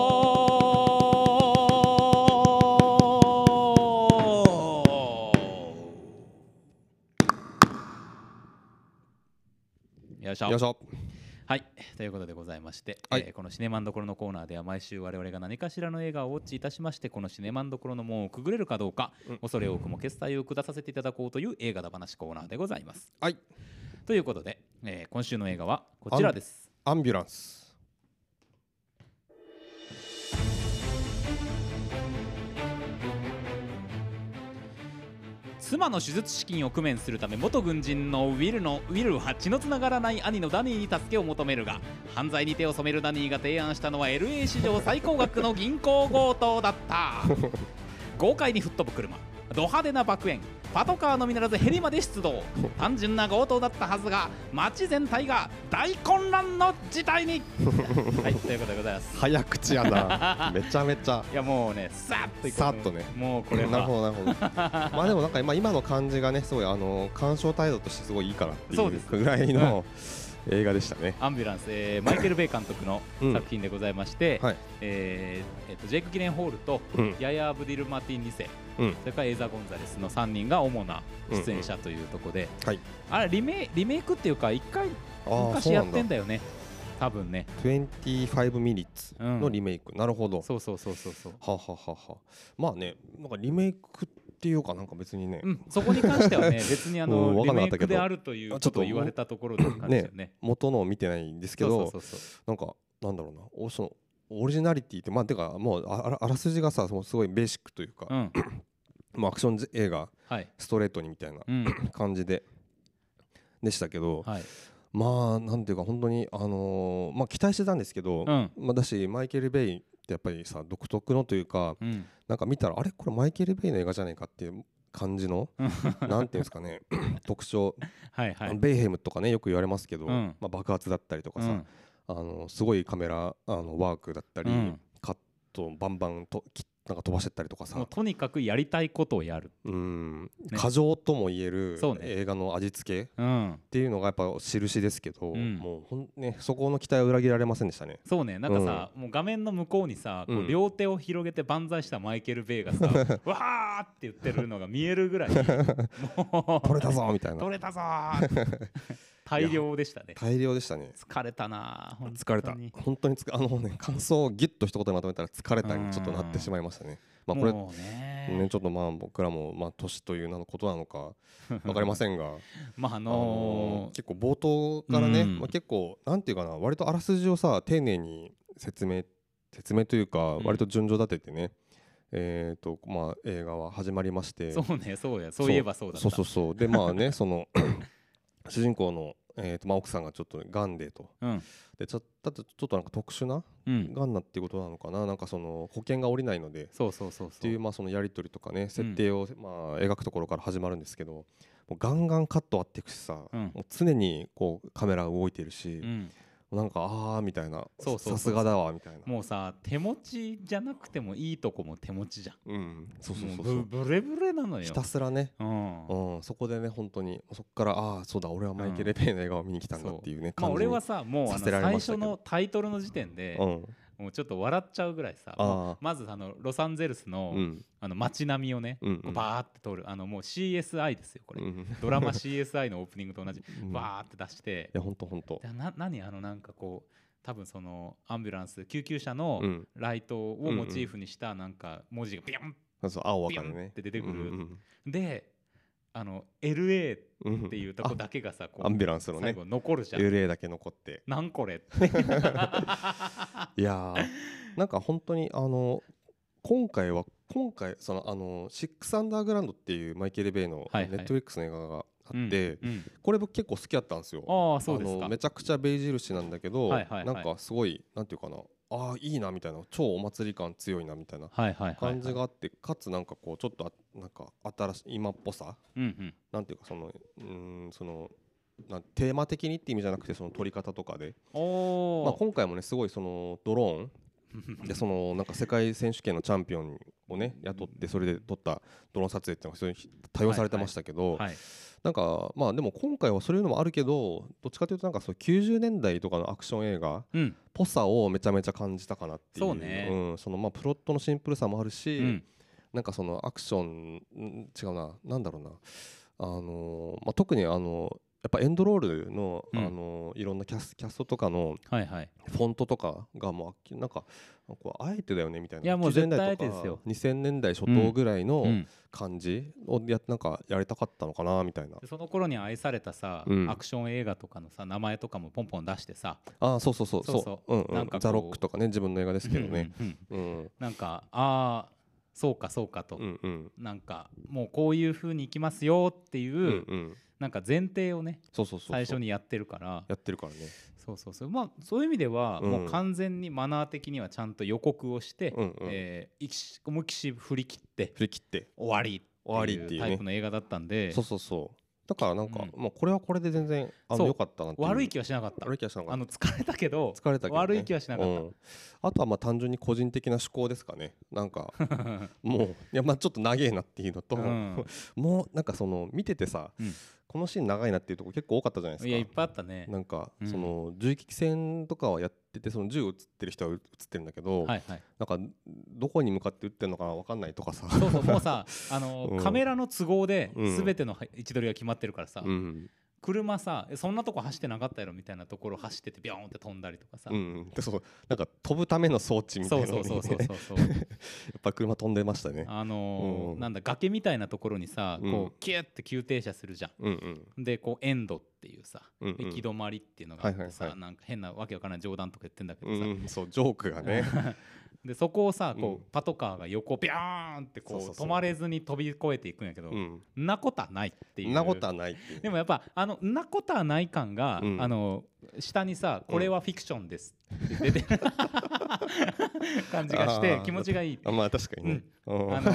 Speaker 1: よいしょ
Speaker 2: よいしょ
Speaker 1: はいということでございまして、
Speaker 2: はい
Speaker 1: えーこのシネマンどころのコーナーでは毎週我々が何かしらの映画をウォッチいたしましてこのシネマンどころの門をくぐれるかどうか、恐れ多くも決済を下させていただこうという映画だ話コーナーでございます
Speaker 2: はい
Speaker 1: ということで、えー今週の映画はこちらです
Speaker 2: アンビュランス
Speaker 1: 妻の手術資金を工面するため元軍人のウィルのウィルは血のつながらない兄のダニーに助けを求めるが犯罪に手を染めるダニーが提案したのは LA 史上最高額の銀行強盗だった 豪快に吹っ飛ぶ車ド派手な爆炎パトカーのみならずヘリまで出動単純な強盗だったはずが街全体が大混乱の事態 にはいということでございます
Speaker 2: 早口や なめちゃめちゃ
Speaker 1: いやもうねさっといこう
Speaker 2: さっとね
Speaker 1: もうこれ
Speaker 2: な
Speaker 1: は
Speaker 2: るほどなるほどまあでもなんか今今の感じがねすごいあの鑑賞態度としてすごいいいかなってい
Speaker 1: そうで
Speaker 2: う
Speaker 1: す
Speaker 2: ぐらいの映画でしたね
Speaker 1: アンビュランス、えーマイケル・ベイ監督の
Speaker 2: うん
Speaker 1: 作品でございまして、
Speaker 2: はい
Speaker 1: えーえっとジェイク・ギレンホールと
Speaker 2: うん
Speaker 1: ヤヤ・ブディル・マーティン2世
Speaker 2: うん
Speaker 1: それからエザ・ゴンザレスの3人が主な出演者というところで、
Speaker 2: はい
Speaker 1: あれリメリメイクっていうか1回
Speaker 2: あー
Speaker 1: 昔
Speaker 2: そう
Speaker 1: や
Speaker 2: な
Speaker 1: っ
Speaker 2: ん
Speaker 1: て
Speaker 2: だ
Speaker 1: んだよね多分ね
Speaker 2: 25 minutes のリメイク、なるほどは
Speaker 1: そうそうそうそうそう、
Speaker 2: あはあはあはあまあねなんかリメイクっていうかなんか別にね、
Speaker 1: うん、そこに関しては ね別にあの、
Speaker 2: うんわ
Speaker 1: リ
Speaker 2: かん
Speaker 1: メ
Speaker 2: なか
Speaker 1: イ
Speaker 2: った
Speaker 1: ク
Speaker 2: けど
Speaker 1: であるという
Speaker 2: あ
Speaker 1: こ
Speaker 2: ちょ
Speaker 1: と
Speaker 2: っと
Speaker 1: を言われたところで感じですよね
Speaker 2: 元のを見てないんですけ
Speaker 1: そ
Speaker 2: ど
Speaker 1: うそうそうそう
Speaker 2: なんかなんだろうなおそのオリジナリティってまあてかもうあらあらすじがさもうすごいベーシックというか、
Speaker 1: うん
Speaker 2: もうアクション映画
Speaker 1: はい、
Speaker 2: ストレートにみたいな
Speaker 1: うん
Speaker 2: 感じで。でしたけど、
Speaker 1: はい
Speaker 2: まあなんていうか本当にあのーまあ期待してたんですけど、
Speaker 1: うん
Speaker 2: まあだしマイケル・ベイってやっぱりさ独特のというか、
Speaker 1: うん、
Speaker 2: なんか見たらあれこれマイケル・ベイの映画じゃないかっていう感じのなんていうんですかね特徴、
Speaker 1: はいはい
Speaker 2: ベイヘムとかねよく言われますけど、
Speaker 1: うん
Speaker 2: まあ、爆発だったりとかさ、
Speaker 1: うん
Speaker 2: あのすごいカメラあのワークだったり、
Speaker 1: うん
Speaker 2: カットをバンバンときなんか飛ばしてったりと
Speaker 1: も
Speaker 2: か
Speaker 1: う
Speaker 2: さ、
Speaker 1: とにかくやりたいことをやる
Speaker 2: うん、過剰ともいえる
Speaker 1: そうね
Speaker 2: 映画の味付け
Speaker 1: うん
Speaker 2: っていうのがやっぱ印ですけど、
Speaker 1: うん
Speaker 2: もうほん、ね、そこの期待は裏切られませんでしたね。
Speaker 1: そうねなんかさ、もう画面の向こうにさこ
Speaker 2: う
Speaker 1: うん両手を広げて万歳したマイケル・ベイがさ、 わーって言ってるのが見えるぐ らいもう
Speaker 2: 取れたぞみたいな
Speaker 1: 取れたぞ ー大量でしたね
Speaker 2: 大量でしたね。
Speaker 1: 疲れたなー
Speaker 2: 疲れた
Speaker 1: 本当に
Speaker 2: 本当につかあのね感想をギュッと一言でまとめたら疲れた
Speaker 1: うん
Speaker 2: にちょっとなってしまいましたね。まあこれ
Speaker 1: もうね
Speaker 2: ねちょっとまあ僕らもまあ年という名のことなの かわかりませんが、
Speaker 1: まああ
Speaker 2: あの
Speaker 1: の
Speaker 2: ー結構冒頭からね、
Speaker 1: うん
Speaker 2: まあ結構なんていうかな割とあらすじをさ丁寧に説明説明というか
Speaker 1: ん
Speaker 2: 割と順序立ててね、えっ、とまあ映画は始まりまして。
Speaker 1: ーそうねそうやそういえばそうだった
Speaker 2: そうそうそうでまあ ねその 主人公の、えーとまあ、奥さんがちょっとがんでと
Speaker 1: うん
Speaker 2: でちょだってちょっとなんか特殊な
Speaker 1: うん
Speaker 2: がんなっていうことなのかななんかその保険が下りないのでっ
Speaker 1: そうそうそうそ
Speaker 2: て
Speaker 1: う
Speaker 2: いうまあそのやり取りとかね設定を、まあ、描くところから始まるんですけどもうガンガンカットあっていくしさ、
Speaker 1: うん
Speaker 2: もう常にこうカメラが動いてるし
Speaker 1: う、ん
Speaker 2: なんかああみたいな
Speaker 1: そうそうそう
Speaker 2: さすがだわみたいな。
Speaker 1: もうさ手持ちじゃなくてもいいとこも手持ちじゃん
Speaker 2: うん、そうそうそうそ
Speaker 1: も
Speaker 2: う
Speaker 1: ぶブレブレなのよ
Speaker 2: ひたすらね
Speaker 1: うん
Speaker 2: うん、そこでね本当にそこからああそうだ俺はマイケル・ペイの映画を見に来たんだっていうね、
Speaker 1: まあ、
Speaker 2: 感じ
Speaker 1: 俺
Speaker 2: に
Speaker 1: はさもうあの
Speaker 2: させられ
Speaker 1: 最
Speaker 2: ました
Speaker 1: 初
Speaker 2: けど
Speaker 1: のタイトルの時点で
Speaker 2: うん
Speaker 1: もうちょっと笑っちゃうぐらいさ
Speaker 2: あー
Speaker 1: もうまずあのロサンゼルスの,、
Speaker 2: うん
Speaker 1: あの街並みをね、
Speaker 2: うんうん
Speaker 1: バーって撮るあのもう CSI ですよこれ、
Speaker 2: うん
Speaker 1: ドラマ CSI のオープニングと同じ、
Speaker 2: うんい
Speaker 1: バーって出して
Speaker 2: や本当本当
Speaker 1: でな何あのなんかこう多分そのアンビュランス救急車の
Speaker 2: うん
Speaker 1: ライトをモチーフにしたなんか文字がビョン
Speaker 2: そう青赤で
Speaker 1: ビュン
Speaker 2: ね
Speaker 1: って出てくる
Speaker 2: うん
Speaker 1: であの LA っ
Speaker 2: うんうん
Speaker 1: ていうとこだけがさこ
Speaker 2: あアン
Speaker 1: う
Speaker 2: ビュランスの
Speaker 1: 最
Speaker 2: ね
Speaker 1: 後残るじゃん。
Speaker 2: 幽霊だけ残って
Speaker 1: なんこれって
Speaker 2: いやーなんか本当にあの今回は今回そのあの「シックス・アンダーグラウンド」っていうマイケル・ベイの
Speaker 1: は
Speaker 2: ネ
Speaker 1: いはい
Speaker 2: ットフリックスの映画があって、
Speaker 1: うんうん
Speaker 2: これ僕結構好きだったんですよ
Speaker 1: ああそうです
Speaker 2: あ
Speaker 1: か
Speaker 2: のめちゃくちゃベイ印なんだけど、
Speaker 1: はいはいはい
Speaker 2: なんかすごいなんていうかなああいいなみたいな超お祭り感強いなみたいな
Speaker 1: はいはいはいはい
Speaker 2: 感じがあって、かつなんかこうちょっとあなんか新しい今っぽさ
Speaker 1: うんうん
Speaker 2: なんていうかそのうーんそのなんテーマ的にって意味じゃなくてその撮り方とかで、
Speaker 1: おお、
Speaker 2: まあ、今回もねすごいそのド ローンでそのなんか世界選手権のチャンピオンをね雇ってそれで撮ったドローン撮影っていうのが非常に多用されてましたけど、
Speaker 1: はい、
Speaker 2: なんかまあでも今回はそういうのもあるけどどっちかというとなんかそう90年代とかのアクション映画っ
Speaker 1: うん、
Speaker 2: ぽさをめちゃめちゃ感じたかなっていう
Speaker 1: そうね
Speaker 2: うん、そのまあプロットのシンプルさもあるし、
Speaker 1: うん、
Speaker 2: なんかそのアクションん違うななんだろうなあのーまあ、特にあのやっぱエンドロールの、
Speaker 1: うん
Speaker 2: あのーいろんなキャスキャストとかの
Speaker 1: はいはい、
Speaker 2: フォントとかがもう明なんかこうあえてだよねみたいない
Speaker 1: やもう
Speaker 2: 90年代
Speaker 1: 絶対あえ
Speaker 2: と
Speaker 1: て
Speaker 2: か
Speaker 1: ですよ
Speaker 2: 2000年代初頭ぐらいの
Speaker 1: うん、
Speaker 2: 感じをやなんかやりたかったのかなみたいな
Speaker 1: でその頃に愛されたさ、
Speaker 2: うん
Speaker 1: アクション映画とかのさ名前とかもポンポン出してさ、
Speaker 2: あーそうそうそう
Speaker 1: そう
Speaker 2: そ
Speaker 1: そう
Speaker 2: ううんう
Speaker 1: なん
Speaker 2: ん
Speaker 1: かこう
Speaker 2: ザ・ロックとかね自分の映画ですけどね
Speaker 1: うんうんうん
Speaker 2: うん
Speaker 1: なんかああそうかそうかと、
Speaker 2: うんうん
Speaker 1: なんかもうこういう風にいきますよっていう、
Speaker 2: うんうん
Speaker 1: なんか前提をね
Speaker 2: そうそうそうそう
Speaker 1: 最初にやってるから
Speaker 2: やってるからね
Speaker 1: そうそうそうまあそういう意味では、
Speaker 2: うん
Speaker 1: もう完全にマナー的にはちゃんと予告をして、
Speaker 2: うんうん
Speaker 1: えーいき思いっきし振り切って
Speaker 2: 振り切って
Speaker 1: 終わり
Speaker 2: 終わり
Speaker 1: っ
Speaker 2: ってて
Speaker 1: い
Speaker 2: いうう
Speaker 1: タ
Speaker 2: ね
Speaker 1: イプの映画だったんで
Speaker 2: そうそうそうだからなんか
Speaker 1: う
Speaker 2: まあこれはこれで全然あ
Speaker 1: そ
Speaker 2: の
Speaker 1: う
Speaker 2: 良かったなっていう
Speaker 1: 悪い気はしなかった
Speaker 2: 悪い気はしなか
Speaker 1: あ
Speaker 2: った
Speaker 1: の疲れたけど
Speaker 2: 疲れたけどね
Speaker 1: 悪い気はしなかった、
Speaker 2: うんあとはまあ単純に個人的な趣向ですかねなんかもういやまあちょっと長えなっていうのと
Speaker 1: うん
Speaker 2: もうなんかその見ててさ
Speaker 1: うん
Speaker 2: このシーン長いなっていうとこ結構多かったじゃないですか
Speaker 1: いやいっぱいあったね
Speaker 2: なんか、
Speaker 1: うん
Speaker 2: その銃撃戦とかはやっててその銃撃ってる人は撃ってるんだけど、
Speaker 1: はいはい
Speaker 2: なんかどこに向かって撃ってるのか分かんないとか さ
Speaker 1: そうそうもうさあの、
Speaker 2: うん
Speaker 1: カメラの都合で
Speaker 2: うん
Speaker 1: 全ての位置取りが決まってるからさ、
Speaker 2: うん
Speaker 1: 車さえそんなとこ走ってなかったやろみたいなところ走っててビョーンって飛んだりとかさ、
Speaker 2: うん、でそうなんか飛ぶための装置みた
Speaker 1: そ
Speaker 2: い
Speaker 1: う
Speaker 2: なの
Speaker 1: そ
Speaker 2: に、
Speaker 1: う
Speaker 2: ね、
Speaker 1: そうそう
Speaker 2: や
Speaker 1: そうそう
Speaker 2: っぱ車飛んでましたね。
Speaker 1: あのー
Speaker 2: うん
Speaker 1: なんだ崖みたいなところにさこう、
Speaker 2: うん
Speaker 1: キュッて急停車するじゃん
Speaker 2: うんうん
Speaker 1: でこうエンドっていうさ、
Speaker 2: うんうん
Speaker 1: 行き止まりっていうのがあってさ、
Speaker 2: はいはいはい
Speaker 1: なんか変なわけわからない冗談とか言ってんだけど
Speaker 2: う
Speaker 1: さ、
Speaker 2: んうん、そうジョークがね
Speaker 1: でそこをさこう、
Speaker 2: うん
Speaker 1: パトカーが横ビャーンってこう
Speaker 2: そうそうそう
Speaker 1: 止まれずに飛び越えていくんやけど、
Speaker 2: うん
Speaker 1: んなことはないっていうん
Speaker 2: なことはないっていう
Speaker 1: でもやっぱあのんなことはない感が、
Speaker 2: うん
Speaker 1: あの下にさ「これはフィクションです」って出てる、感じがし
Speaker 2: あ
Speaker 1: て
Speaker 2: ー
Speaker 1: 気持ちがいい
Speaker 2: あまあ確かにね、うん
Speaker 1: あの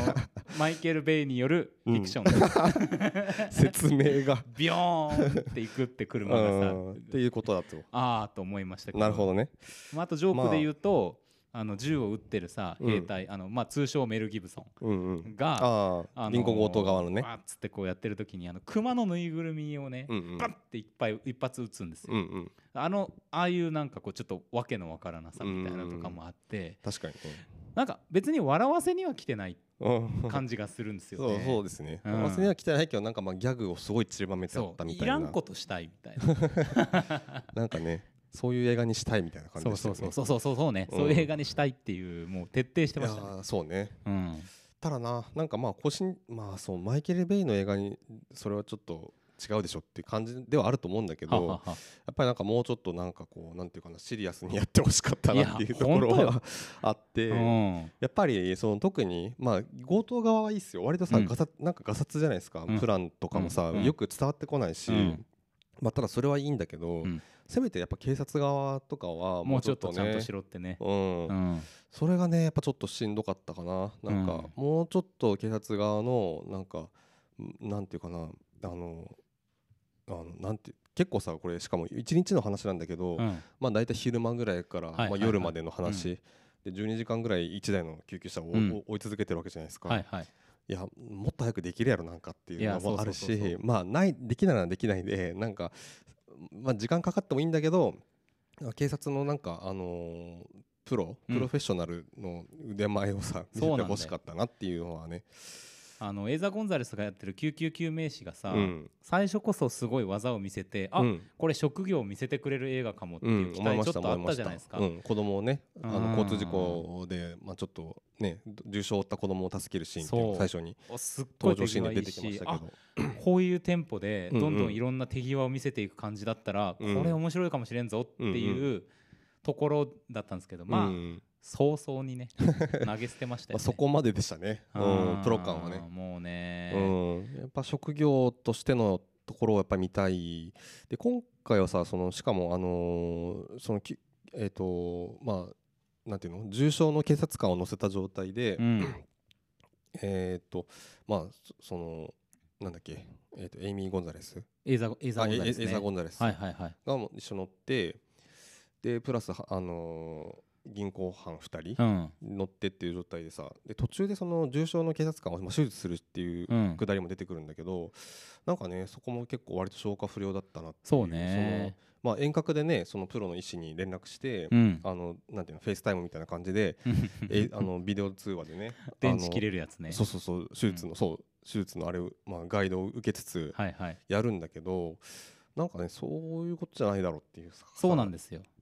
Speaker 1: マイケル・ベイによるフィクション、
Speaker 2: 説明が
Speaker 1: ビヨーンっていくって車がさ
Speaker 2: うんっていうことだと
Speaker 1: ああと思いましたけど
Speaker 2: なるほどね
Speaker 1: まあ、あとジョークで言うと、あ、の銃を撃ってるさ
Speaker 2: うん
Speaker 1: 兵隊、あのまあ、通称メル・ギブソ
Speaker 2: うんうん
Speaker 1: ンが、
Speaker 2: あ
Speaker 1: あ
Speaker 2: あ
Speaker 1: の
Speaker 2: 銀行強盗側のね
Speaker 1: わーっつってこうやってる時にあの熊のぬいぐるみをね、
Speaker 2: うんうん
Speaker 1: バンっていっぱい一発撃つんですよ、
Speaker 2: うんうん
Speaker 1: あのああいうなんかこうちょっとわけのわからなさみたいなとかもあって、
Speaker 2: 確かに
Speaker 1: なんか別に笑わせには来てない
Speaker 2: うん
Speaker 1: 感じがするんですよ
Speaker 2: そ
Speaker 1: ね
Speaker 2: うそうですね
Speaker 1: うん
Speaker 2: 合わせには来てないけどなんかまあギャグをすごい散りばめてあ
Speaker 1: そ
Speaker 2: った
Speaker 1: う
Speaker 2: み
Speaker 1: い
Speaker 2: たい
Speaker 1: ら
Speaker 2: なん
Speaker 1: ことしたいみたいな
Speaker 2: なんかねそういう映画にしたいみたいな感じ
Speaker 1: そう
Speaker 2: です
Speaker 1: そ
Speaker 2: よ
Speaker 1: う
Speaker 2: ね
Speaker 1: そうそうそうそうそうね、
Speaker 2: うん
Speaker 1: そういう映画にしたいっていうもう徹底してました
Speaker 2: い
Speaker 1: ね
Speaker 2: やーそうね
Speaker 1: うん
Speaker 2: ただななんかまあ個人まあそうマイケル・ベイの映画にそれはちょっと違うでしょっていう感じではあると思うんだけ
Speaker 1: は
Speaker 2: ど
Speaker 1: はは
Speaker 2: やっぱりなんかもうちょっとなんかこうなんていうかなシリアスにやってほしかったなってい
Speaker 1: いや
Speaker 2: うところ
Speaker 1: 本当よ
Speaker 2: は あって
Speaker 1: うん
Speaker 2: やっぱりその特にまあ強盗側はいいっすよ割とさ
Speaker 1: うん
Speaker 2: ガサなんかガサツじゃないですか
Speaker 1: うん
Speaker 2: プランとかもさ
Speaker 1: うん
Speaker 2: よく伝わってこないし
Speaker 1: うん
Speaker 2: まあただそれはいいんだけど
Speaker 1: うん
Speaker 2: せめてやっぱ警察側とかは
Speaker 1: もうちょっとちゃんと
Speaker 2: ね
Speaker 1: しろってね
Speaker 2: うん
Speaker 1: うん
Speaker 2: それがねやっぱちょっとしんどかったかななんか、もうちょっと警察側のなんかんなんていうかなあのあのなんて結構さこれしかも1日の話なんだけど、
Speaker 1: うん
Speaker 2: まあ大体昼間ぐらいから、
Speaker 1: はいはいはい
Speaker 2: まあ、夜までの話、で12時間ぐらい1台の救急車を、
Speaker 1: うん
Speaker 2: 追い続けてるわけじゃないですか、
Speaker 1: はい
Speaker 2: い、
Speaker 1: はい
Speaker 2: やもっと早くできるやろなんかってい
Speaker 1: いうや
Speaker 2: のもある
Speaker 1: そうそうそうそ
Speaker 2: しまあないできないならできないで なんか、まあ、時間かかってもいいんだけど警察のなんかあのープロ
Speaker 1: うん
Speaker 2: プロフェッショナルの腕前をさ、
Speaker 1: そうな
Speaker 2: 見
Speaker 1: んだよ
Speaker 2: せてほしかったなっていうのはね
Speaker 1: あのエイザー・ゴンザレスがやってる救急救命士がさ、
Speaker 2: うん
Speaker 1: 最初こそすごい技を見せてあ、
Speaker 2: うん
Speaker 1: これ職業を見せてくれる映画かもって
Speaker 2: う
Speaker 1: いうん期
Speaker 2: 思い
Speaker 1: 待
Speaker 2: ま
Speaker 1: ちょ
Speaker 2: し
Speaker 1: ったとあ
Speaker 2: 思
Speaker 1: っ
Speaker 2: いま
Speaker 1: た
Speaker 2: し
Speaker 1: じゃ
Speaker 2: た
Speaker 1: ないですか、
Speaker 2: うん、子供をねあ
Speaker 1: うん
Speaker 2: の交通事故で、まあ、ちょっとね重傷を負った子供を助けるシーンっていうの
Speaker 1: そう
Speaker 2: 最初に
Speaker 1: おすっごい
Speaker 2: 登
Speaker 1: 手
Speaker 2: 場シーン
Speaker 1: 際
Speaker 2: で
Speaker 1: い
Speaker 2: 出
Speaker 1: い
Speaker 2: て
Speaker 1: し
Speaker 2: きましたけ
Speaker 1: あ
Speaker 2: ど
Speaker 1: こういうテンポで
Speaker 2: うんうん
Speaker 1: どんどんいろんな手際を見せていく感じだったら、
Speaker 2: うん
Speaker 1: これ面白いかもしれんぞっていうところだったんですけど、まあ、
Speaker 2: うん
Speaker 1: 早々 にね投げ捨てましたよ、ね
Speaker 2: まあそこまででしたね、うん
Speaker 1: あー
Speaker 2: プロ感はね、
Speaker 1: もうね、
Speaker 2: うん、やっぱ職業としてのところをやっぱ見たいで今回はさそのしかもあのーそのきえっ、とまあなんていうの重傷の警察官を乗せた状態で、
Speaker 1: うん
Speaker 2: えっ、とまあそそのなんだっけえっ、とエイミー・ゴンザレス
Speaker 1: エイザーエイザー
Speaker 2: あ
Speaker 1: ゴ
Speaker 2: エ
Speaker 1: ンザ
Speaker 2: エ
Speaker 1: レ
Speaker 2: イ
Speaker 1: スね
Speaker 2: ザー・ゴンザレス
Speaker 1: はい
Speaker 2: が
Speaker 1: はいはい
Speaker 2: も一緒に乗ってでプラスはあのー銀行犯2
Speaker 1: う
Speaker 2: 人
Speaker 1: ん
Speaker 2: 乗ってっていう状態でさで途中でその重傷の警察官をまあ手術するっていう
Speaker 1: うん
Speaker 2: 下りも出てくるんだけどなんかねそこも結構割と消化不良だったなっていう
Speaker 1: そうね
Speaker 2: その、まあ、遠隔でねそのプロの医師に連絡して、
Speaker 1: うん
Speaker 2: あのなんていうのフェイスタイムみたいな感じで えあのビデオ通話でね
Speaker 1: 電池切
Speaker 2: れ
Speaker 1: れるやつね
Speaker 2: そうそうそう手術の、そう手術のあれを、まあ、ガイドを受けつつ
Speaker 1: はいはい
Speaker 2: やるんだけどなんかねそういうことじゃないだろうっていうさ
Speaker 1: そうなんですよ、
Speaker 2: うん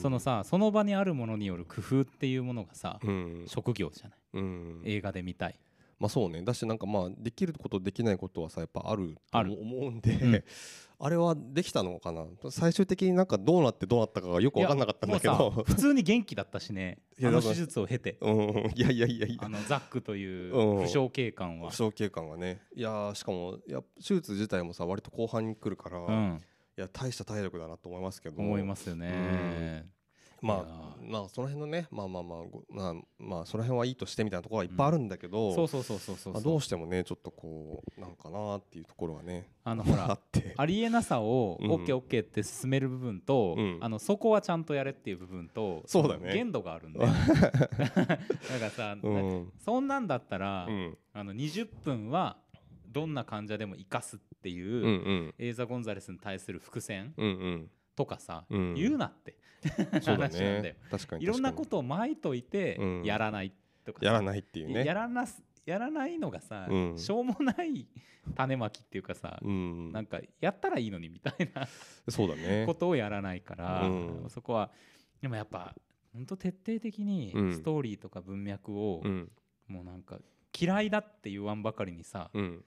Speaker 1: そのさその場にあるものによる工夫っていうものがさ、
Speaker 2: うん、
Speaker 1: 職業じゃない
Speaker 2: うん、
Speaker 1: 映画で見たい、
Speaker 2: まあそうねだしなんかまあできることできないことはさやっぱあると
Speaker 1: ある
Speaker 2: 思うんで、
Speaker 1: うん
Speaker 2: あれはできたのかな最終的になんかどうなってどうなったかがよく分かんなかったんだけ
Speaker 1: もうさ
Speaker 2: ど
Speaker 1: 普通に元気だったしね
Speaker 2: い
Speaker 1: あ
Speaker 2: や
Speaker 1: の
Speaker 2: だから
Speaker 1: 手術を経て
Speaker 2: うんいやいやいやい
Speaker 1: あ
Speaker 2: や
Speaker 1: のザックという
Speaker 2: うん
Speaker 1: 負傷警官は
Speaker 2: 負、傷警官はねいやーしかもいや手術自体もさ割と後半に来るから、
Speaker 1: う
Speaker 2: い
Speaker 1: ん、
Speaker 2: や大した体力だなと思いますけど
Speaker 1: 思いますよね、
Speaker 2: まあまあその辺のねまあまあまあごまあまあその辺はいいとしてみたいなところはいっぱいあるんだけど、
Speaker 1: そうそうそうそうそう
Speaker 2: まあどうしてもねちょっとこうなんかなっていうところがね
Speaker 1: あのほ
Speaker 2: あ
Speaker 1: ら
Speaker 2: って
Speaker 1: ありえなさを
Speaker 2: うん
Speaker 1: オッケーオッケーって進める部分と、
Speaker 2: うん
Speaker 1: あのそこはちゃんとやれっていう部分と
Speaker 2: そうだね
Speaker 1: 限度があるんでだ からさ、
Speaker 2: うん
Speaker 1: そんなんだったら、
Speaker 2: うん
Speaker 1: あの20分はどんな患者でも生かすっていうう、
Speaker 2: んうん
Speaker 1: エイザ・ゴンザレスに対する伏線
Speaker 2: うん
Speaker 1: とかさ、
Speaker 2: うん
Speaker 1: 言うなって
Speaker 2: うん、そう
Speaker 1: 話な
Speaker 2: だ
Speaker 1: んだよ
Speaker 2: ね確かに
Speaker 1: いろんなこととをまいといて、
Speaker 2: うん
Speaker 1: やらないとかさ
Speaker 2: やらないっていうね
Speaker 1: やらなすやらないのがさ、
Speaker 2: うん
Speaker 1: しょうもない種まきっていうかさ、
Speaker 2: うん
Speaker 1: なんかやったらいいのにみたいな
Speaker 2: そうだね
Speaker 1: ことをやらないから、
Speaker 2: うん
Speaker 1: そこはでもやっぱ本当徹底的に
Speaker 2: うん
Speaker 1: ストーリーとか文脈を、
Speaker 2: うん
Speaker 1: もうなんか嫌いだって言わんばかりにさ、
Speaker 2: うん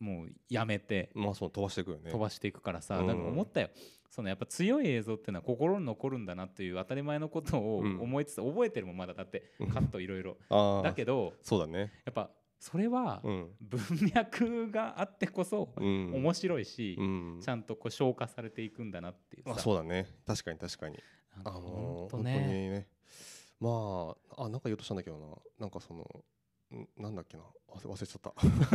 Speaker 1: もうやめて
Speaker 2: まあそう飛ばしていくよね
Speaker 1: 飛ばしていくからさ、
Speaker 2: うん
Speaker 1: なんか思ったよそのやっぱ強い映像っていうのは心に残るんだなという当たり前のことを
Speaker 2: うん
Speaker 1: 思いつつ、覚えてるもんまだだって
Speaker 2: うん
Speaker 1: カットいろいろ
Speaker 2: あ
Speaker 1: だ
Speaker 2: あ
Speaker 1: けど
Speaker 2: そうだね
Speaker 1: やっぱそれは
Speaker 2: うん
Speaker 1: 文脈があってこそ
Speaker 2: うん
Speaker 1: 面白いし、
Speaker 2: うん
Speaker 1: ちゃんとこう消化されていくんだなっていうさ
Speaker 2: あそうだね確かに確かに
Speaker 1: なん
Speaker 2: あ
Speaker 1: か
Speaker 2: のー
Speaker 1: ほんと
Speaker 2: 本当に
Speaker 1: ね
Speaker 2: ねまああなんか言おうとしたんだけどななんかそのんなんだっけな忘れ忘れちゃっ たアンビ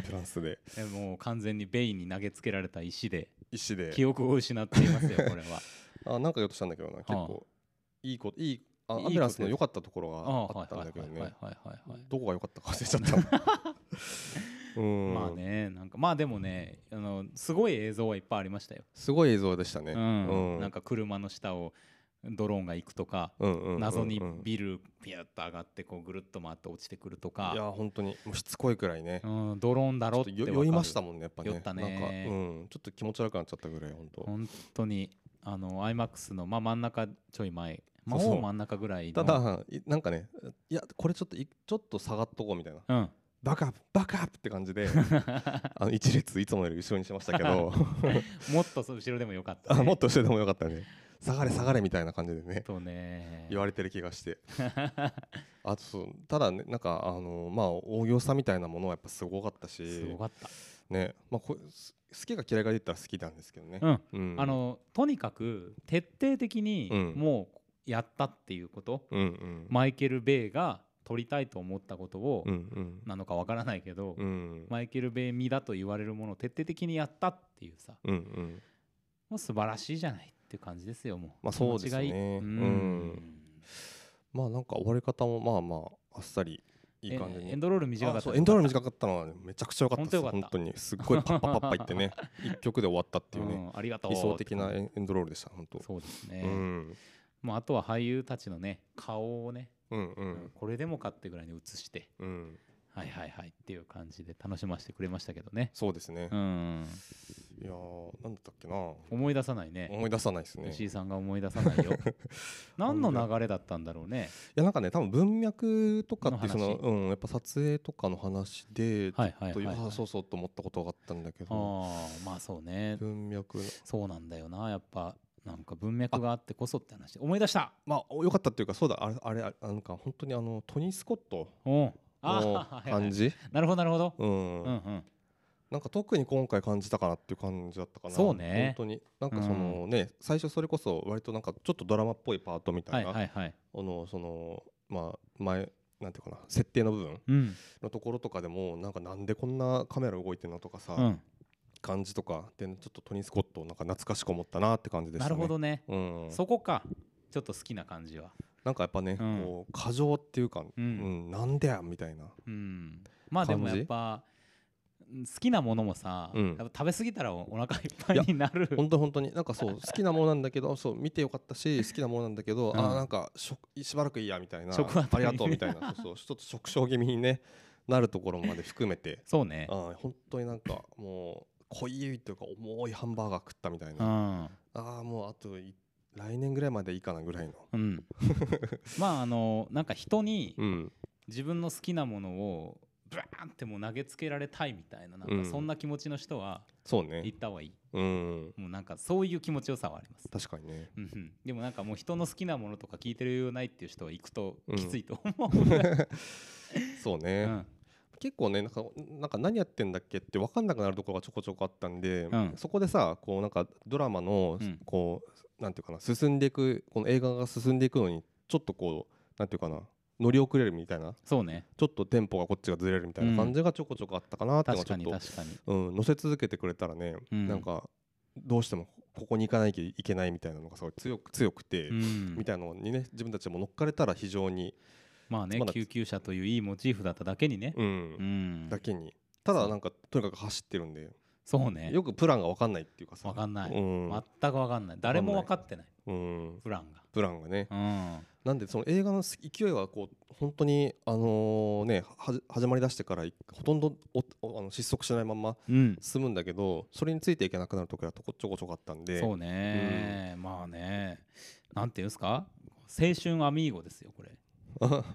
Speaker 2: ュランスで
Speaker 1: えもう完全にベインに投げつけられた石で
Speaker 2: 石で
Speaker 1: 記憶を失ってい ますよこれは
Speaker 2: あなんか言おうとしたんだけどな結構いいこといいあ
Speaker 1: い
Speaker 2: ア
Speaker 1: い
Speaker 2: ン
Speaker 1: こと
Speaker 2: ビュランスの良かったところ
Speaker 1: あ
Speaker 2: が
Speaker 1: あ
Speaker 2: あ
Speaker 1: は
Speaker 2: っ
Speaker 1: い
Speaker 2: た
Speaker 1: は
Speaker 2: ん
Speaker 1: い
Speaker 2: だけ
Speaker 1: は
Speaker 2: ど
Speaker 1: いはい
Speaker 2: ね
Speaker 1: はいはい
Speaker 2: どこが良かったか忘れちゃった うん
Speaker 1: まあねなんかまあでもねあのすごい映像はいっぱいありましたよ、
Speaker 2: すごい映像でしたね
Speaker 1: うん
Speaker 2: う
Speaker 1: なんか車の下をドローンが行くとか
Speaker 2: うんうんうんうん
Speaker 1: 謎に
Speaker 2: い
Speaker 1: ビルピュッと上がってこうぐるっと回って落ちてくると
Speaker 2: や
Speaker 1: か、
Speaker 2: 本当にもうしつこいくらいね
Speaker 1: うん、ドローンだろっ
Speaker 2: ち
Speaker 1: て
Speaker 2: ょ
Speaker 1: わ
Speaker 2: っと
Speaker 1: か
Speaker 2: よ
Speaker 1: る
Speaker 2: 酔いましたもんねやっぱね
Speaker 1: 酔ったね
Speaker 2: なんかうんちょっと気持ち悪くなっちゃったぐらい本当
Speaker 1: 本当にあの iMAX の、まあ、真ん中ちょい前まあ
Speaker 2: そうそう
Speaker 1: ほぼ真ん中ぐらいの
Speaker 2: ただいなんかねいやこれちょっといちょっと下がっとこうみたいな
Speaker 1: うん、
Speaker 2: バカバカって感じであの一列いつもより後ろにしましたけど
Speaker 1: もっとそう後ろでもよかった、
Speaker 2: あ
Speaker 1: ね、
Speaker 2: もっと後ろでもよかったね下がれ下がれみたいな感じでね
Speaker 1: とね
Speaker 2: 言われてる気がしてあとそうただねなんかあのまあ大行さみたいなものはやっぱすごかったし
Speaker 1: すごかった、
Speaker 2: ねまあこす好きが嫌いが出たら好きなんですけどね、
Speaker 1: うん
Speaker 2: うん
Speaker 1: あのとにかく徹底的に
Speaker 2: うん
Speaker 1: もうやったっていうこと、
Speaker 2: うんうん
Speaker 1: マイケル・ベイが撮りたいと思ったことを、
Speaker 2: うん
Speaker 1: なのかわからないけど、
Speaker 2: うんうん
Speaker 1: マイケル・ベイ身だと言われるものを徹底的にやったっていうさ
Speaker 2: うんうん
Speaker 1: もう素晴らしいじゃないっていう感じですよもう
Speaker 2: まあそうですね
Speaker 1: 間違いうん
Speaker 2: うんまあなんか終わり方もまあまああっさりいい感じ
Speaker 1: え
Speaker 2: に
Speaker 1: エンドロール短か
Speaker 2: あ
Speaker 1: っ
Speaker 2: そ
Speaker 1: た
Speaker 2: うエンドロール
Speaker 1: かっ
Speaker 2: 短かったのはねめちゃくちゃ良かったです
Speaker 1: 本当良
Speaker 2: 本
Speaker 1: かった
Speaker 2: 当にすっごいパッパパッパいってね一曲で終わったっていう
Speaker 1: た
Speaker 2: ね
Speaker 1: んありがとう
Speaker 2: 理想的
Speaker 1: っ
Speaker 2: な
Speaker 1: て
Speaker 2: エンエンドロールでした本当
Speaker 1: そうですね、
Speaker 2: うん
Speaker 1: まあ、あとは俳優たちのね顔をね、
Speaker 2: うんう
Speaker 1: うん
Speaker 2: ん
Speaker 1: これでもかってぐらいに映して
Speaker 2: うん
Speaker 1: はいはいはいっていう感じで楽しませてくれましたけどね
Speaker 2: そうですね
Speaker 1: うん
Speaker 2: いやーなんだったっけな思
Speaker 1: 思い出さないね
Speaker 2: い出さないですね
Speaker 1: 吉井さんが思い出さない よ何の流れだったんだろうね
Speaker 2: いやなんかね多分文脈とかっていうそ
Speaker 1: の
Speaker 2: の
Speaker 1: 話
Speaker 2: うんやっぱ撮影とかの話でちょ
Speaker 1: はいはい
Speaker 2: っと
Speaker 1: はい、はい、
Speaker 2: あそうそうと思ったことがあったんだけど
Speaker 1: ああまあそうね
Speaker 2: 文脈の
Speaker 1: そうなんだよなやっぱなんか文脈があってこそって話思い出した
Speaker 2: まあお良かったっていうかそうだあれあれあれなんか本当にあのトニー・スコット
Speaker 1: うん
Speaker 2: の
Speaker 1: ああ
Speaker 2: 感じ
Speaker 1: なるほどなるほど、
Speaker 2: う
Speaker 1: うん
Speaker 2: ん
Speaker 1: うん、
Speaker 2: なんか特に今回感じたかなっていう感じだったかな
Speaker 1: そうね
Speaker 2: 本当になんかそのね、最初それこそ割となんかちょっとドラマっぽいパートみた
Speaker 1: はいい
Speaker 2: な、
Speaker 1: はいはい
Speaker 2: あのそのまあ前なんていうかな設定の部分
Speaker 1: うん
Speaker 2: のところとかでもなんかなんでこんなカメラ動いてんのとかさ、
Speaker 1: うん
Speaker 2: 感じとかでちょっとトニー・スコットをなんか懐かしく思ったなって感じでし
Speaker 1: な
Speaker 2: た
Speaker 1: る
Speaker 2: ね。
Speaker 1: ほどね
Speaker 2: うん、
Speaker 1: そこかちょっと好きな感じは
Speaker 2: なんかやっぱね、
Speaker 1: うん
Speaker 2: こう過剰っていうか、
Speaker 1: う
Speaker 2: うんんなんでやみたいな
Speaker 1: うんまあでも
Speaker 2: 感
Speaker 1: や
Speaker 2: じ
Speaker 1: っぱうん好きなものもさ、
Speaker 2: うん
Speaker 1: やっぱ食べ過ぎたらおお腹いっぱいになる
Speaker 2: 本当本当になんかそう好きなものなんだけどそう見てよかった し好きなものなんだけど、
Speaker 1: うん
Speaker 2: あーなんかしょしばらくいいやみたいな
Speaker 1: 食は
Speaker 2: ありがとうみたいなそうそうちょっと食傷気味に、ね、なるところまで含めて
Speaker 1: そうね
Speaker 2: あー本当になんかもう濃いというか重いハンバーガー食ったみたいうな、あ
Speaker 1: ん
Speaker 2: あーもうあとい来年ぐらいまでいいかなぐらいの、
Speaker 1: うん まああのなんか人に
Speaker 2: うん、
Speaker 1: 自分の好きなものをブラーンってもう投げつけられたいみたいなな
Speaker 2: うんん
Speaker 1: かそんな気持ちの人は
Speaker 2: そう
Speaker 1: 行
Speaker 2: ね
Speaker 1: った方がいい、
Speaker 2: うん
Speaker 1: もうなんかそういう気持ちよさはあります
Speaker 2: 確かにね
Speaker 1: うんうん、でもなんかもう人の好きなものとか聞いてるようないっていう人は行くと
Speaker 2: うん
Speaker 1: きついと思うぐらい、
Speaker 2: そうね、
Speaker 1: うん
Speaker 2: 結構ねなんかなんか何やってんだっけって分かんなくなるところがちょこちょこあったんで、
Speaker 1: うん
Speaker 2: そこでさこうなんかドラマの、
Speaker 1: うん
Speaker 2: こうなんていうかな進んでいくこの映画が進んでいくのにちょっとこうなんていうかな乗り遅れるみたいな
Speaker 1: そうね
Speaker 2: ちょっとテンポがこっちがずれるみたいな感じがちょこちょこあったかなっての
Speaker 1: 確
Speaker 2: がち
Speaker 1: か
Speaker 2: ょっ
Speaker 1: に
Speaker 2: と、うん
Speaker 1: 確かに
Speaker 2: 乗せ続けてくれたらね、
Speaker 1: うん
Speaker 2: なんかどうしてもここに行かなきゃいけないみたいなのがすごい強く強くて、
Speaker 1: うん
Speaker 2: みたいなのにね自分たちも乗っかれたら非常に、
Speaker 1: まあね
Speaker 2: まだ
Speaker 1: 救急車といういいモチーフだっただけにね、
Speaker 2: うん
Speaker 1: うん、
Speaker 2: だけにただなんかとにかく走ってるんで。
Speaker 1: そうね
Speaker 2: よくプランが分かんないっていうかさ
Speaker 1: わかんない
Speaker 2: うん
Speaker 1: 全く分かんない誰も分かってない
Speaker 2: うん
Speaker 1: プランが。
Speaker 2: プランがね
Speaker 1: うん
Speaker 2: なんでその映画の勢いはこう本当にあのねはじ始まりだしてからいほとんどおおあの失速しないまま
Speaker 1: うん、
Speaker 2: 進むんだけどそれについていけなくなるところはとこちょこちょこあったんで
Speaker 1: そうね、まあねなんていうんですか青春アミーゴですよこれ、
Speaker 2: あ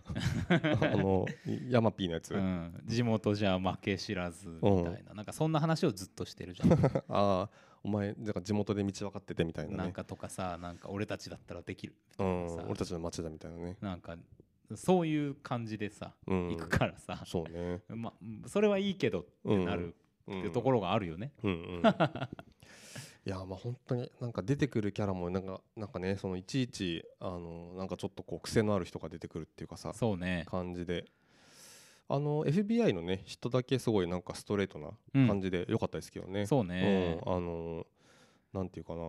Speaker 2: あのヤマピーのやつ、
Speaker 1: う
Speaker 2: あ
Speaker 1: ん、地元じゃ負け知らずみたいな,、なんかそんな話をずっとしてるじゃん
Speaker 2: あお前だから地元で道分かっててみたいなね
Speaker 1: なんかとかさなんか俺たちだったらできる
Speaker 2: うん
Speaker 1: さ、
Speaker 2: 俺たちの町だみたいなね、
Speaker 1: なんかそういう感じでさ、
Speaker 2: うん、
Speaker 1: 行くからさ、
Speaker 2: そうね
Speaker 1: ま、それはいいけどってなるっていうところがあるよね、
Speaker 2: うんうん、いいやまあ本当になんか出てくるキャラもなんかなんかねそのいちいちあのなんかちょっとこう癖のある人が出てくるっていうかさ
Speaker 1: そうね
Speaker 2: 感じであの FBI のね人だけすごいなんかストレートな感じで良かったですけどね、
Speaker 1: そうね、
Speaker 2: うん、あのなんていうかな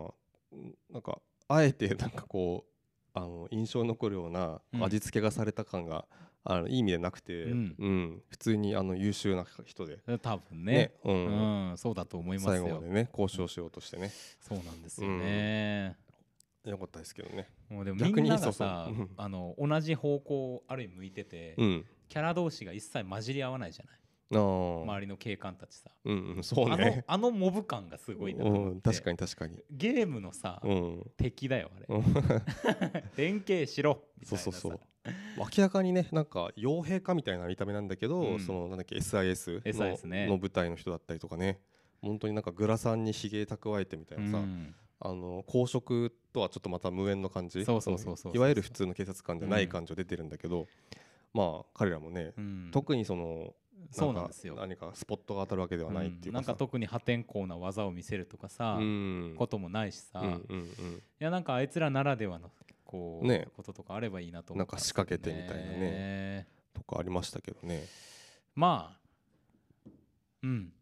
Speaker 2: んなんかあえてなんかこうあの印象に残るような
Speaker 1: うん
Speaker 2: 味付けがされた感が、あのいい意味でなくて、
Speaker 1: うん
Speaker 2: 普通にあの優秀な人で、
Speaker 1: 多分ね
Speaker 2: ねう
Speaker 1: うんん、そうだと思います
Speaker 2: 最後ま
Speaker 1: よ
Speaker 2: でね交渉しようとしてね
Speaker 1: そうなんですよね、
Speaker 2: 良かったですけどね。
Speaker 1: もうでもみ
Speaker 2: 逆
Speaker 1: ん
Speaker 2: に
Speaker 1: ながさ
Speaker 2: そうそううん
Speaker 1: あの同じ方向ある意味向いてて、
Speaker 2: うん、
Speaker 1: キャラ同士が一切混じり合わないじゃない
Speaker 2: あー
Speaker 1: 周りの警官たちさ、
Speaker 2: うんうん、そう
Speaker 1: あの
Speaker 2: ね。
Speaker 1: あのモブ感がすごいなと思
Speaker 2: う
Speaker 1: っ
Speaker 2: ん、
Speaker 1: て
Speaker 2: 確かに確かに。
Speaker 1: ゲームのさ、
Speaker 2: うん、
Speaker 1: 敵だよあれ
Speaker 2: うん
Speaker 1: 連携しろみた
Speaker 2: そ
Speaker 1: いうな
Speaker 2: そ
Speaker 1: さ
Speaker 2: うそう。明らかにね、なんか傭兵かみたいな見た目なんだけど、
Speaker 1: うん
Speaker 2: そのなんだっけ SIS の
Speaker 1: SIS ね
Speaker 2: の舞台の人だったりとかね。本当になんかグラさんにひげ蓄えてみたいうなさ、
Speaker 1: ん
Speaker 2: あの公職とはちょっとまた無縁の感じ
Speaker 1: そうそうそうそう
Speaker 2: のいわゆる普通の警察官じゃない感じが出てるんだけど、まあ彼らもね、
Speaker 1: うん
Speaker 2: 特にその
Speaker 1: そうなんですよ
Speaker 2: 何かスポットが当たるわけではないっていううん
Speaker 1: な
Speaker 2: か
Speaker 1: んか特に破天荒な技を見せるとかさ、
Speaker 2: うん
Speaker 1: こともないしさ、
Speaker 2: うん
Speaker 1: い
Speaker 2: うん
Speaker 1: やなんかあいつらならではのこう、
Speaker 2: ね
Speaker 1: こととかあればいいなと思
Speaker 2: な
Speaker 1: っ
Speaker 2: ん
Speaker 1: た
Speaker 2: か
Speaker 1: です
Speaker 2: 仕
Speaker 1: けど
Speaker 2: 掛けてみたいなねとかありましたけど ね
Speaker 1: まあうん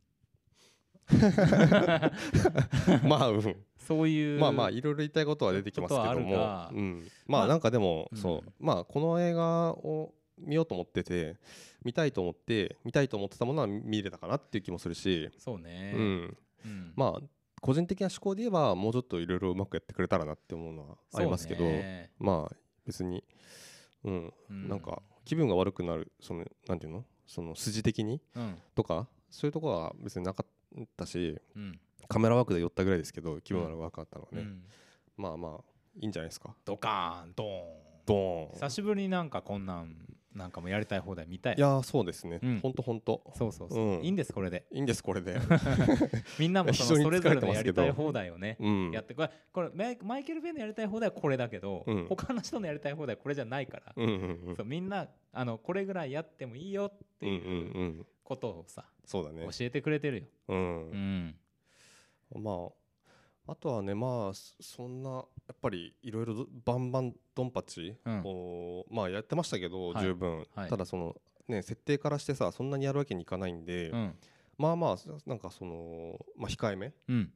Speaker 2: まあ、うん、
Speaker 1: そういう
Speaker 2: まあまあいろいろ言いたいことは出てきますけど
Speaker 1: こと
Speaker 2: も
Speaker 1: はあるが
Speaker 2: うん、
Speaker 1: ま
Speaker 2: ま
Speaker 1: あ
Speaker 2: あなんかでも、
Speaker 1: うん
Speaker 2: そうまあこの映画を見ようと思ってて見たいと思って見たいと思ってたものは見れたかなっていう気もするし、
Speaker 1: そうね、
Speaker 2: うん、
Speaker 1: うん
Speaker 2: まあ個人的な思考で言えばもうちょっといろいろうまくやってくれたらなって思うのはありますけど、
Speaker 1: そうね
Speaker 2: まあ別に、うん、
Speaker 1: う
Speaker 2: なんか気分が悪くなるそのなんていうのその筋的に
Speaker 1: うん
Speaker 2: とかそういうところは別になかったし
Speaker 1: うん
Speaker 2: カメラワークで寄ったぐらいですけど気分が悪かったのは
Speaker 1: う
Speaker 2: ね、
Speaker 1: ん
Speaker 2: まあまあいいんじゃないですか
Speaker 1: ドカーンドーン
Speaker 2: ドーン
Speaker 1: 久しぶりになんかこんなんなんかもやりたい放題見たい
Speaker 2: いやーそうですね、
Speaker 1: うん
Speaker 2: ほんとほんと
Speaker 1: そうそうそう、
Speaker 2: うん
Speaker 1: いいんですこれで
Speaker 2: いいんですこ れで
Speaker 1: みんなもそ
Speaker 2: 非
Speaker 1: のそ
Speaker 2: 常に
Speaker 1: れ
Speaker 2: 疲
Speaker 1: ぞ
Speaker 2: れ
Speaker 1: れ
Speaker 2: て
Speaker 1: の
Speaker 2: ま
Speaker 1: や
Speaker 2: すけ
Speaker 1: り
Speaker 2: ど
Speaker 1: たい放題をね、
Speaker 2: うん
Speaker 1: やってこれこれマイマイケル・ベイのやりたい放題はこれだけど、
Speaker 2: うん
Speaker 1: 他の人のやりたい放題はこれじゃないから、
Speaker 2: うんうんうん
Speaker 1: そうみんなあのこれぐらいやってもいいよって
Speaker 2: うんう
Speaker 1: いうん
Speaker 2: うん
Speaker 1: ことをさ、
Speaker 2: そうだね
Speaker 1: 教えてくれてるよ。
Speaker 2: うん
Speaker 1: うん、
Speaker 2: まああとはねまあそそんなやっぱりいろいろどバンバンドンパチ
Speaker 1: うん
Speaker 2: を、まあやってましたけど、
Speaker 1: はい
Speaker 2: 十分、
Speaker 1: はい
Speaker 2: ただそのね設定からしてさそんなにやるわけにいかないんで、
Speaker 1: うん
Speaker 2: まあまあそなんかそのまあ控えめ
Speaker 1: うん、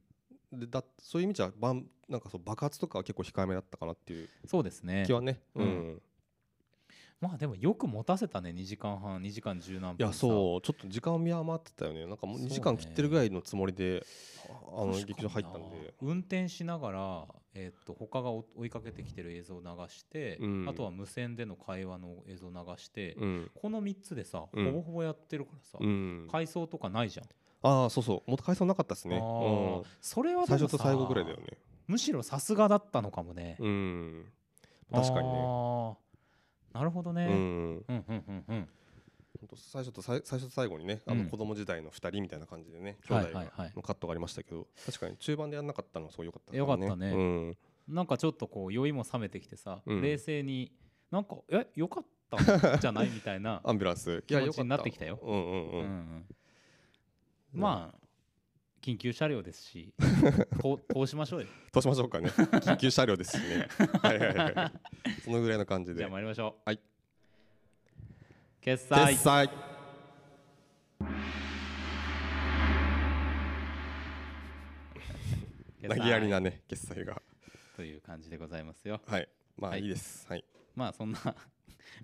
Speaker 2: でだそういう意味じゃバンなんかそう爆発とかは結構控えめだったかなっていう
Speaker 1: そうですね
Speaker 2: 気。はね、
Speaker 1: うん
Speaker 2: うん
Speaker 1: まあでもよく持たせたね2時間半2時間十何分
Speaker 2: いや
Speaker 1: う
Speaker 2: そうちょっと時間を見余ってたよねなんかもう
Speaker 1: そう
Speaker 2: 2時間切ってるぐらいのつもりで、ああの
Speaker 1: 確かに
Speaker 2: 劇場入ったんで
Speaker 1: 運転しながら、えー、と他が追追いかけてきてる映像を流して、
Speaker 2: うん
Speaker 1: あとは無線での会話の映像を流して、
Speaker 2: うん、
Speaker 1: この3つでさ、
Speaker 2: うん
Speaker 1: ほぼほぼやってるからさ、
Speaker 2: うん、
Speaker 1: 回想とかないじゃん、
Speaker 2: ああそうそうもっと回想なかったですね
Speaker 1: あー
Speaker 2: うん
Speaker 1: それはでも
Speaker 2: 最
Speaker 1: さ
Speaker 2: 初と最後ぐらいだよね
Speaker 1: むしろさすがだったのかもね、
Speaker 2: うん確かにね
Speaker 1: あーなるほど
Speaker 2: う
Speaker 1: ね、
Speaker 2: ん
Speaker 1: うん、うんうんうん
Speaker 2: ほんと最初とさい最初と最後にねあ
Speaker 1: う
Speaker 2: の
Speaker 1: ん
Speaker 2: 子供時代の2人みたいな感じでね兄
Speaker 1: はい
Speaker 2: 弟
Speaker 1: はい
Speaker 2: が
Speaker 1: はい
Speaker 2: のカットがありましたけど確かに中盤でやんなかったのはすごい良かった
Speaker 1: 良かったね
Speaker 2: うん
Speaker 1: なんかちょっとこう酔いも冷めてきてさ、
Speaker 2: うん
Speaker 1: 冷静になんかえよか ったんじゃないみたいな、
Speaker 2: アンビュランスいや
Speaker 1: 気持
Speaker 2: 良
Speaker 1: ち
Speaker 2: か
Speaker 1: になってきたよ
Speaker 2: うんう
Speaker 1: う
Speaker 2: んうん
Speaker 1: うんん、まあ緊急車両です しと通しましょうよ
Speaker 2: あどうしましょうかね緊急車両ですしねはいはいはいはいそのぐらいの感
Speaker 1: じ
Speaker 2: じ
Speaker 1: ゃ
Speaker 2: で
Speaker 1: あ参りましょう
Speaker 2: はい
Speaker 1: 決済
Speaker 2: 決済
Speaker 1: 決
Speaker 2: 投
Speaker 1: 済
Speaker 2: げやりなね決済が
Speaker 1: という感じでございますよ
Speaker 2: はいま
Speaker 1: は
Speaker 2: あ
Speaker 1: い
Speaker 2: いいですはい
Speaker 1: まあそんな
Speaker 2: な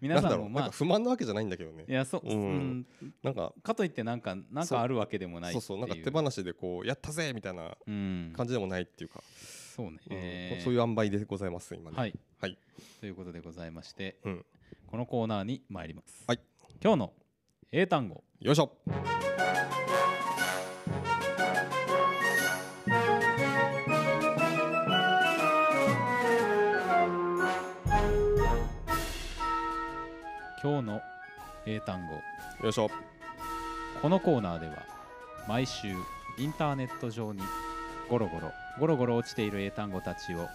Speaker 1: 皆
Speaker 2: んだ
Speaker 1: さん
Speaker 2: ろ
Speaker 1: も
Speaker 2: うなん
Speaker 1: ま
Speaker 2: か
Speaker 1: あ
Speaker 2: 不満なわけじゃないんだけどね
Speaker 1: いやそう、う
Speaker 2: うんん、なんか
Speaker 1: かといってなんかなん
Speaker 2: そう
Speaker 1: かあるわけでもない
Speaker 2: そうそうなんか手
Speaker 1: 放
Speaker 2: 放しでこうやったぜみたいな
Speaker 1: うん
Speaker 2: 感じでもないっていうか、
Speaker 1: そうね、
Speaker 2: うん
Speaker 1: えー
Speaker 2: そういう塩梅でございます今ね
Speaker 1: はい
Speaker 2: はい
Speaker 1: ということでございまして
Speaker 2: うん、
Speaker 1: このコーナーに参ります、
Speaker 2: はい、
Speaker 1: 今日の英単語
Speaker 2: よいしょ
Speaker 1: 今日の英単語
Speaker 2: よいしょ
Speaker 1: このコーナーでは毎週インターネット上にゴロゴロゴロゴロ落ちている英単語たちを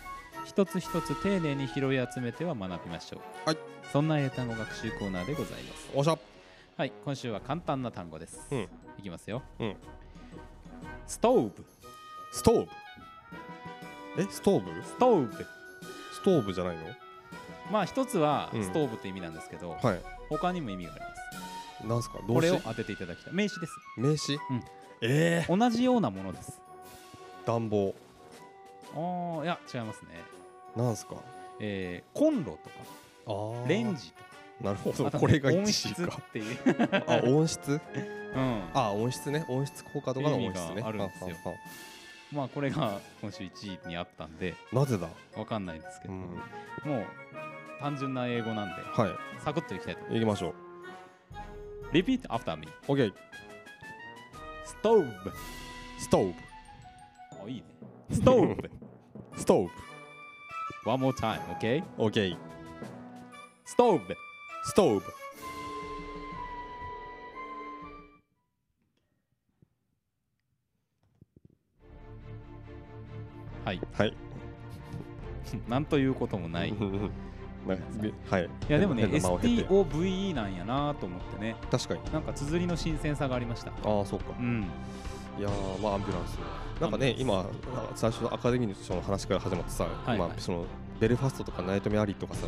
Speaker 1: 一つ一つ丁寧に拾い集めては学びましょう、
Speaker 2: はい、
Speaker 1: そんな英単語学習コーナーでございます
Speaker 2: おっしゃ
Speaker 1: はい今週は簡単な単語です、
Speaker 2: うん
Speaker 1: いきますよ、
Speaker 2: うん
Speaker 1: ストーブ
Speaker 2: ストーブえストーブ
Speaker 1: ストーブ
Speaker 2: ストーブじゃないの
Speaker 1: まあ一つは
Speaker 2: うん
Speaker 1: ストーブという意味なんですけど、
Speaker 2: はい
Speaker 1: 他にも意味があります
Speaker 2: なんすか
Speaker 1: こ
Speaker 2: 動
Speaker 1: れを
Speaker 2: 詞
Speaker 1: 当てていただきたい名詞です
Speaker 2: 名詞、
Speaker 1: うん
Speaker 2: ええ
Speaker 1: 同じようなものです
Speaker 2: 暖房
Speaker 1: ああいや違いますね
Speaker 2: なんすか
Speaker 1: えー、コンロとか
Speaker 2: あー
Speaker 1: レンジとか
Speaker 2: なるほ
Speaker 1: あ
Speaker 2: ど
Speaker 1: と
Speaker 2: これが
Speaker 1: 温
Speaker 2: 1
Speaker 1: 室
Speaker 2: 位か
Speaker 1: っていう、
Speaker 2: あ温室
Speaker 1: うん、
Speaker 2: あ温室ね温室効果とかの温室
Speaker 1: 意味
Speaker 2: ね
Speaker 1: があるんですよ
Speaker 2: ああ
Speaker 1: まあこれが今週1位にあったんで
Speaker 2: あなぜだ
Speaker 1: わかんないんですけ
Speaker 2: う
Speaker 1: ど、
Speaker 2: ん
Speaker 1: もう単純な英語なんで
Speaker 2: は
Speaker 1: サクッといきたいと思い
Speaker 2: い行きましょう
Speaker 1: ます Repeat after me
Speaker 2: OK
Speaker 1: ストーブ
Speaker 2: ストーブ
Speaker 1: あいいねストーブ
Speaker 2: ストー
Speaker 1: One more time, okay?
Speaker 2: ブ OK
Speaker 1: ストーブ
Speaker 2: ストーブ
Speaker 1: はい
Speaker 2: はい
Speaker 1: なんということもないい
Speaker 2: うん ねびはい
Speaker 1: やでもね
Speaker 2: 変な間を経て
Speaker 1: STOVE なんやなと思ってね
Speaker 2: 確かに
Speaker 1: なんか綴りの新鮮さがありました
Speaker 2: ああそうか
Speaker 1: うん
Speaker 2: いやーまあアンビュランスなんかね今最初のアカデミーのその話から始まってさ、
Speaker 1: いはい
Speaker 2: まあ、そのベルファストとかナイトメアリー とかさ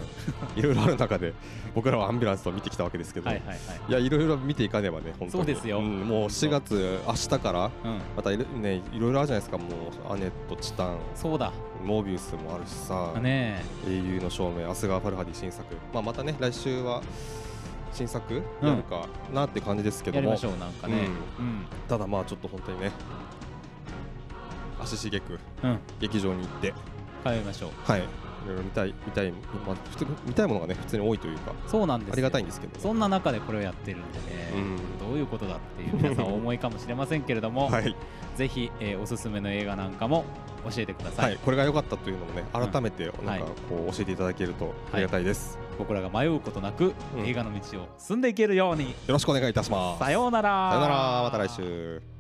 Speaker 2: いろいろある中で僕らはアンビュランスを見てきたわけですけど、
Speaker 1: はい
Speaker 2: い、
Speaker 1: はいはい
Speaker 2: やいろいろ見ていかねばね本当に
Speaker 1: そうですよ
Speaker 2: んもう4月明日から
Speaker 1: うん
Speaker 2: またいろ,、ね、いろいろあるじゃないですかもうアネットチタン
Speaker 1: そうだ
Speaker 2: モービウスもあるしさ、
Speaker 1: ね
Speaker 2: 英雄の証明明日川パルハディ新作、まあ、またね来週は新作やるかなって感じですけど
Speaker 1: やり
Speaker 2: も、
Speaker 1: ましょうなんかねうん
Speaker 2: ただまあちょっと本当にね足しげく
Speaker 1: うん
Speaker 2: 劇場に行って
Speaker 1: 通いましょう
Speaker 2: はいいろいろ見たい見たい、まあ、普通に見たいものがね普通に多いというか
Speaker 1: そうなんですよ
Speaker 2: ありがたいんですけど
Speaker 1: そんな中でこれをやってるんでね、
Speaker 2: うん
Speaker 1: どういうことだっていう皆さんお思いかもしれませんけれども、
Speaker 2: はい、
Speaker 1: ぜひ、えーおすすめの映画なんかも教えてくださ、
Speaker 2: はいい、これが良かったというのもね改めて
Speaker 1: ん
Speaker 2: なんかこう教えていただけるとありがたいです、
Speaker 1: 僕らが迷うことなく、
Speaker 2: うん
Speaker 1: 映画の道を進んでいけるように
Speaker 2: よろしくお願いいたします
Speaker 1: さようなら
Speaker 2: さよならまた来週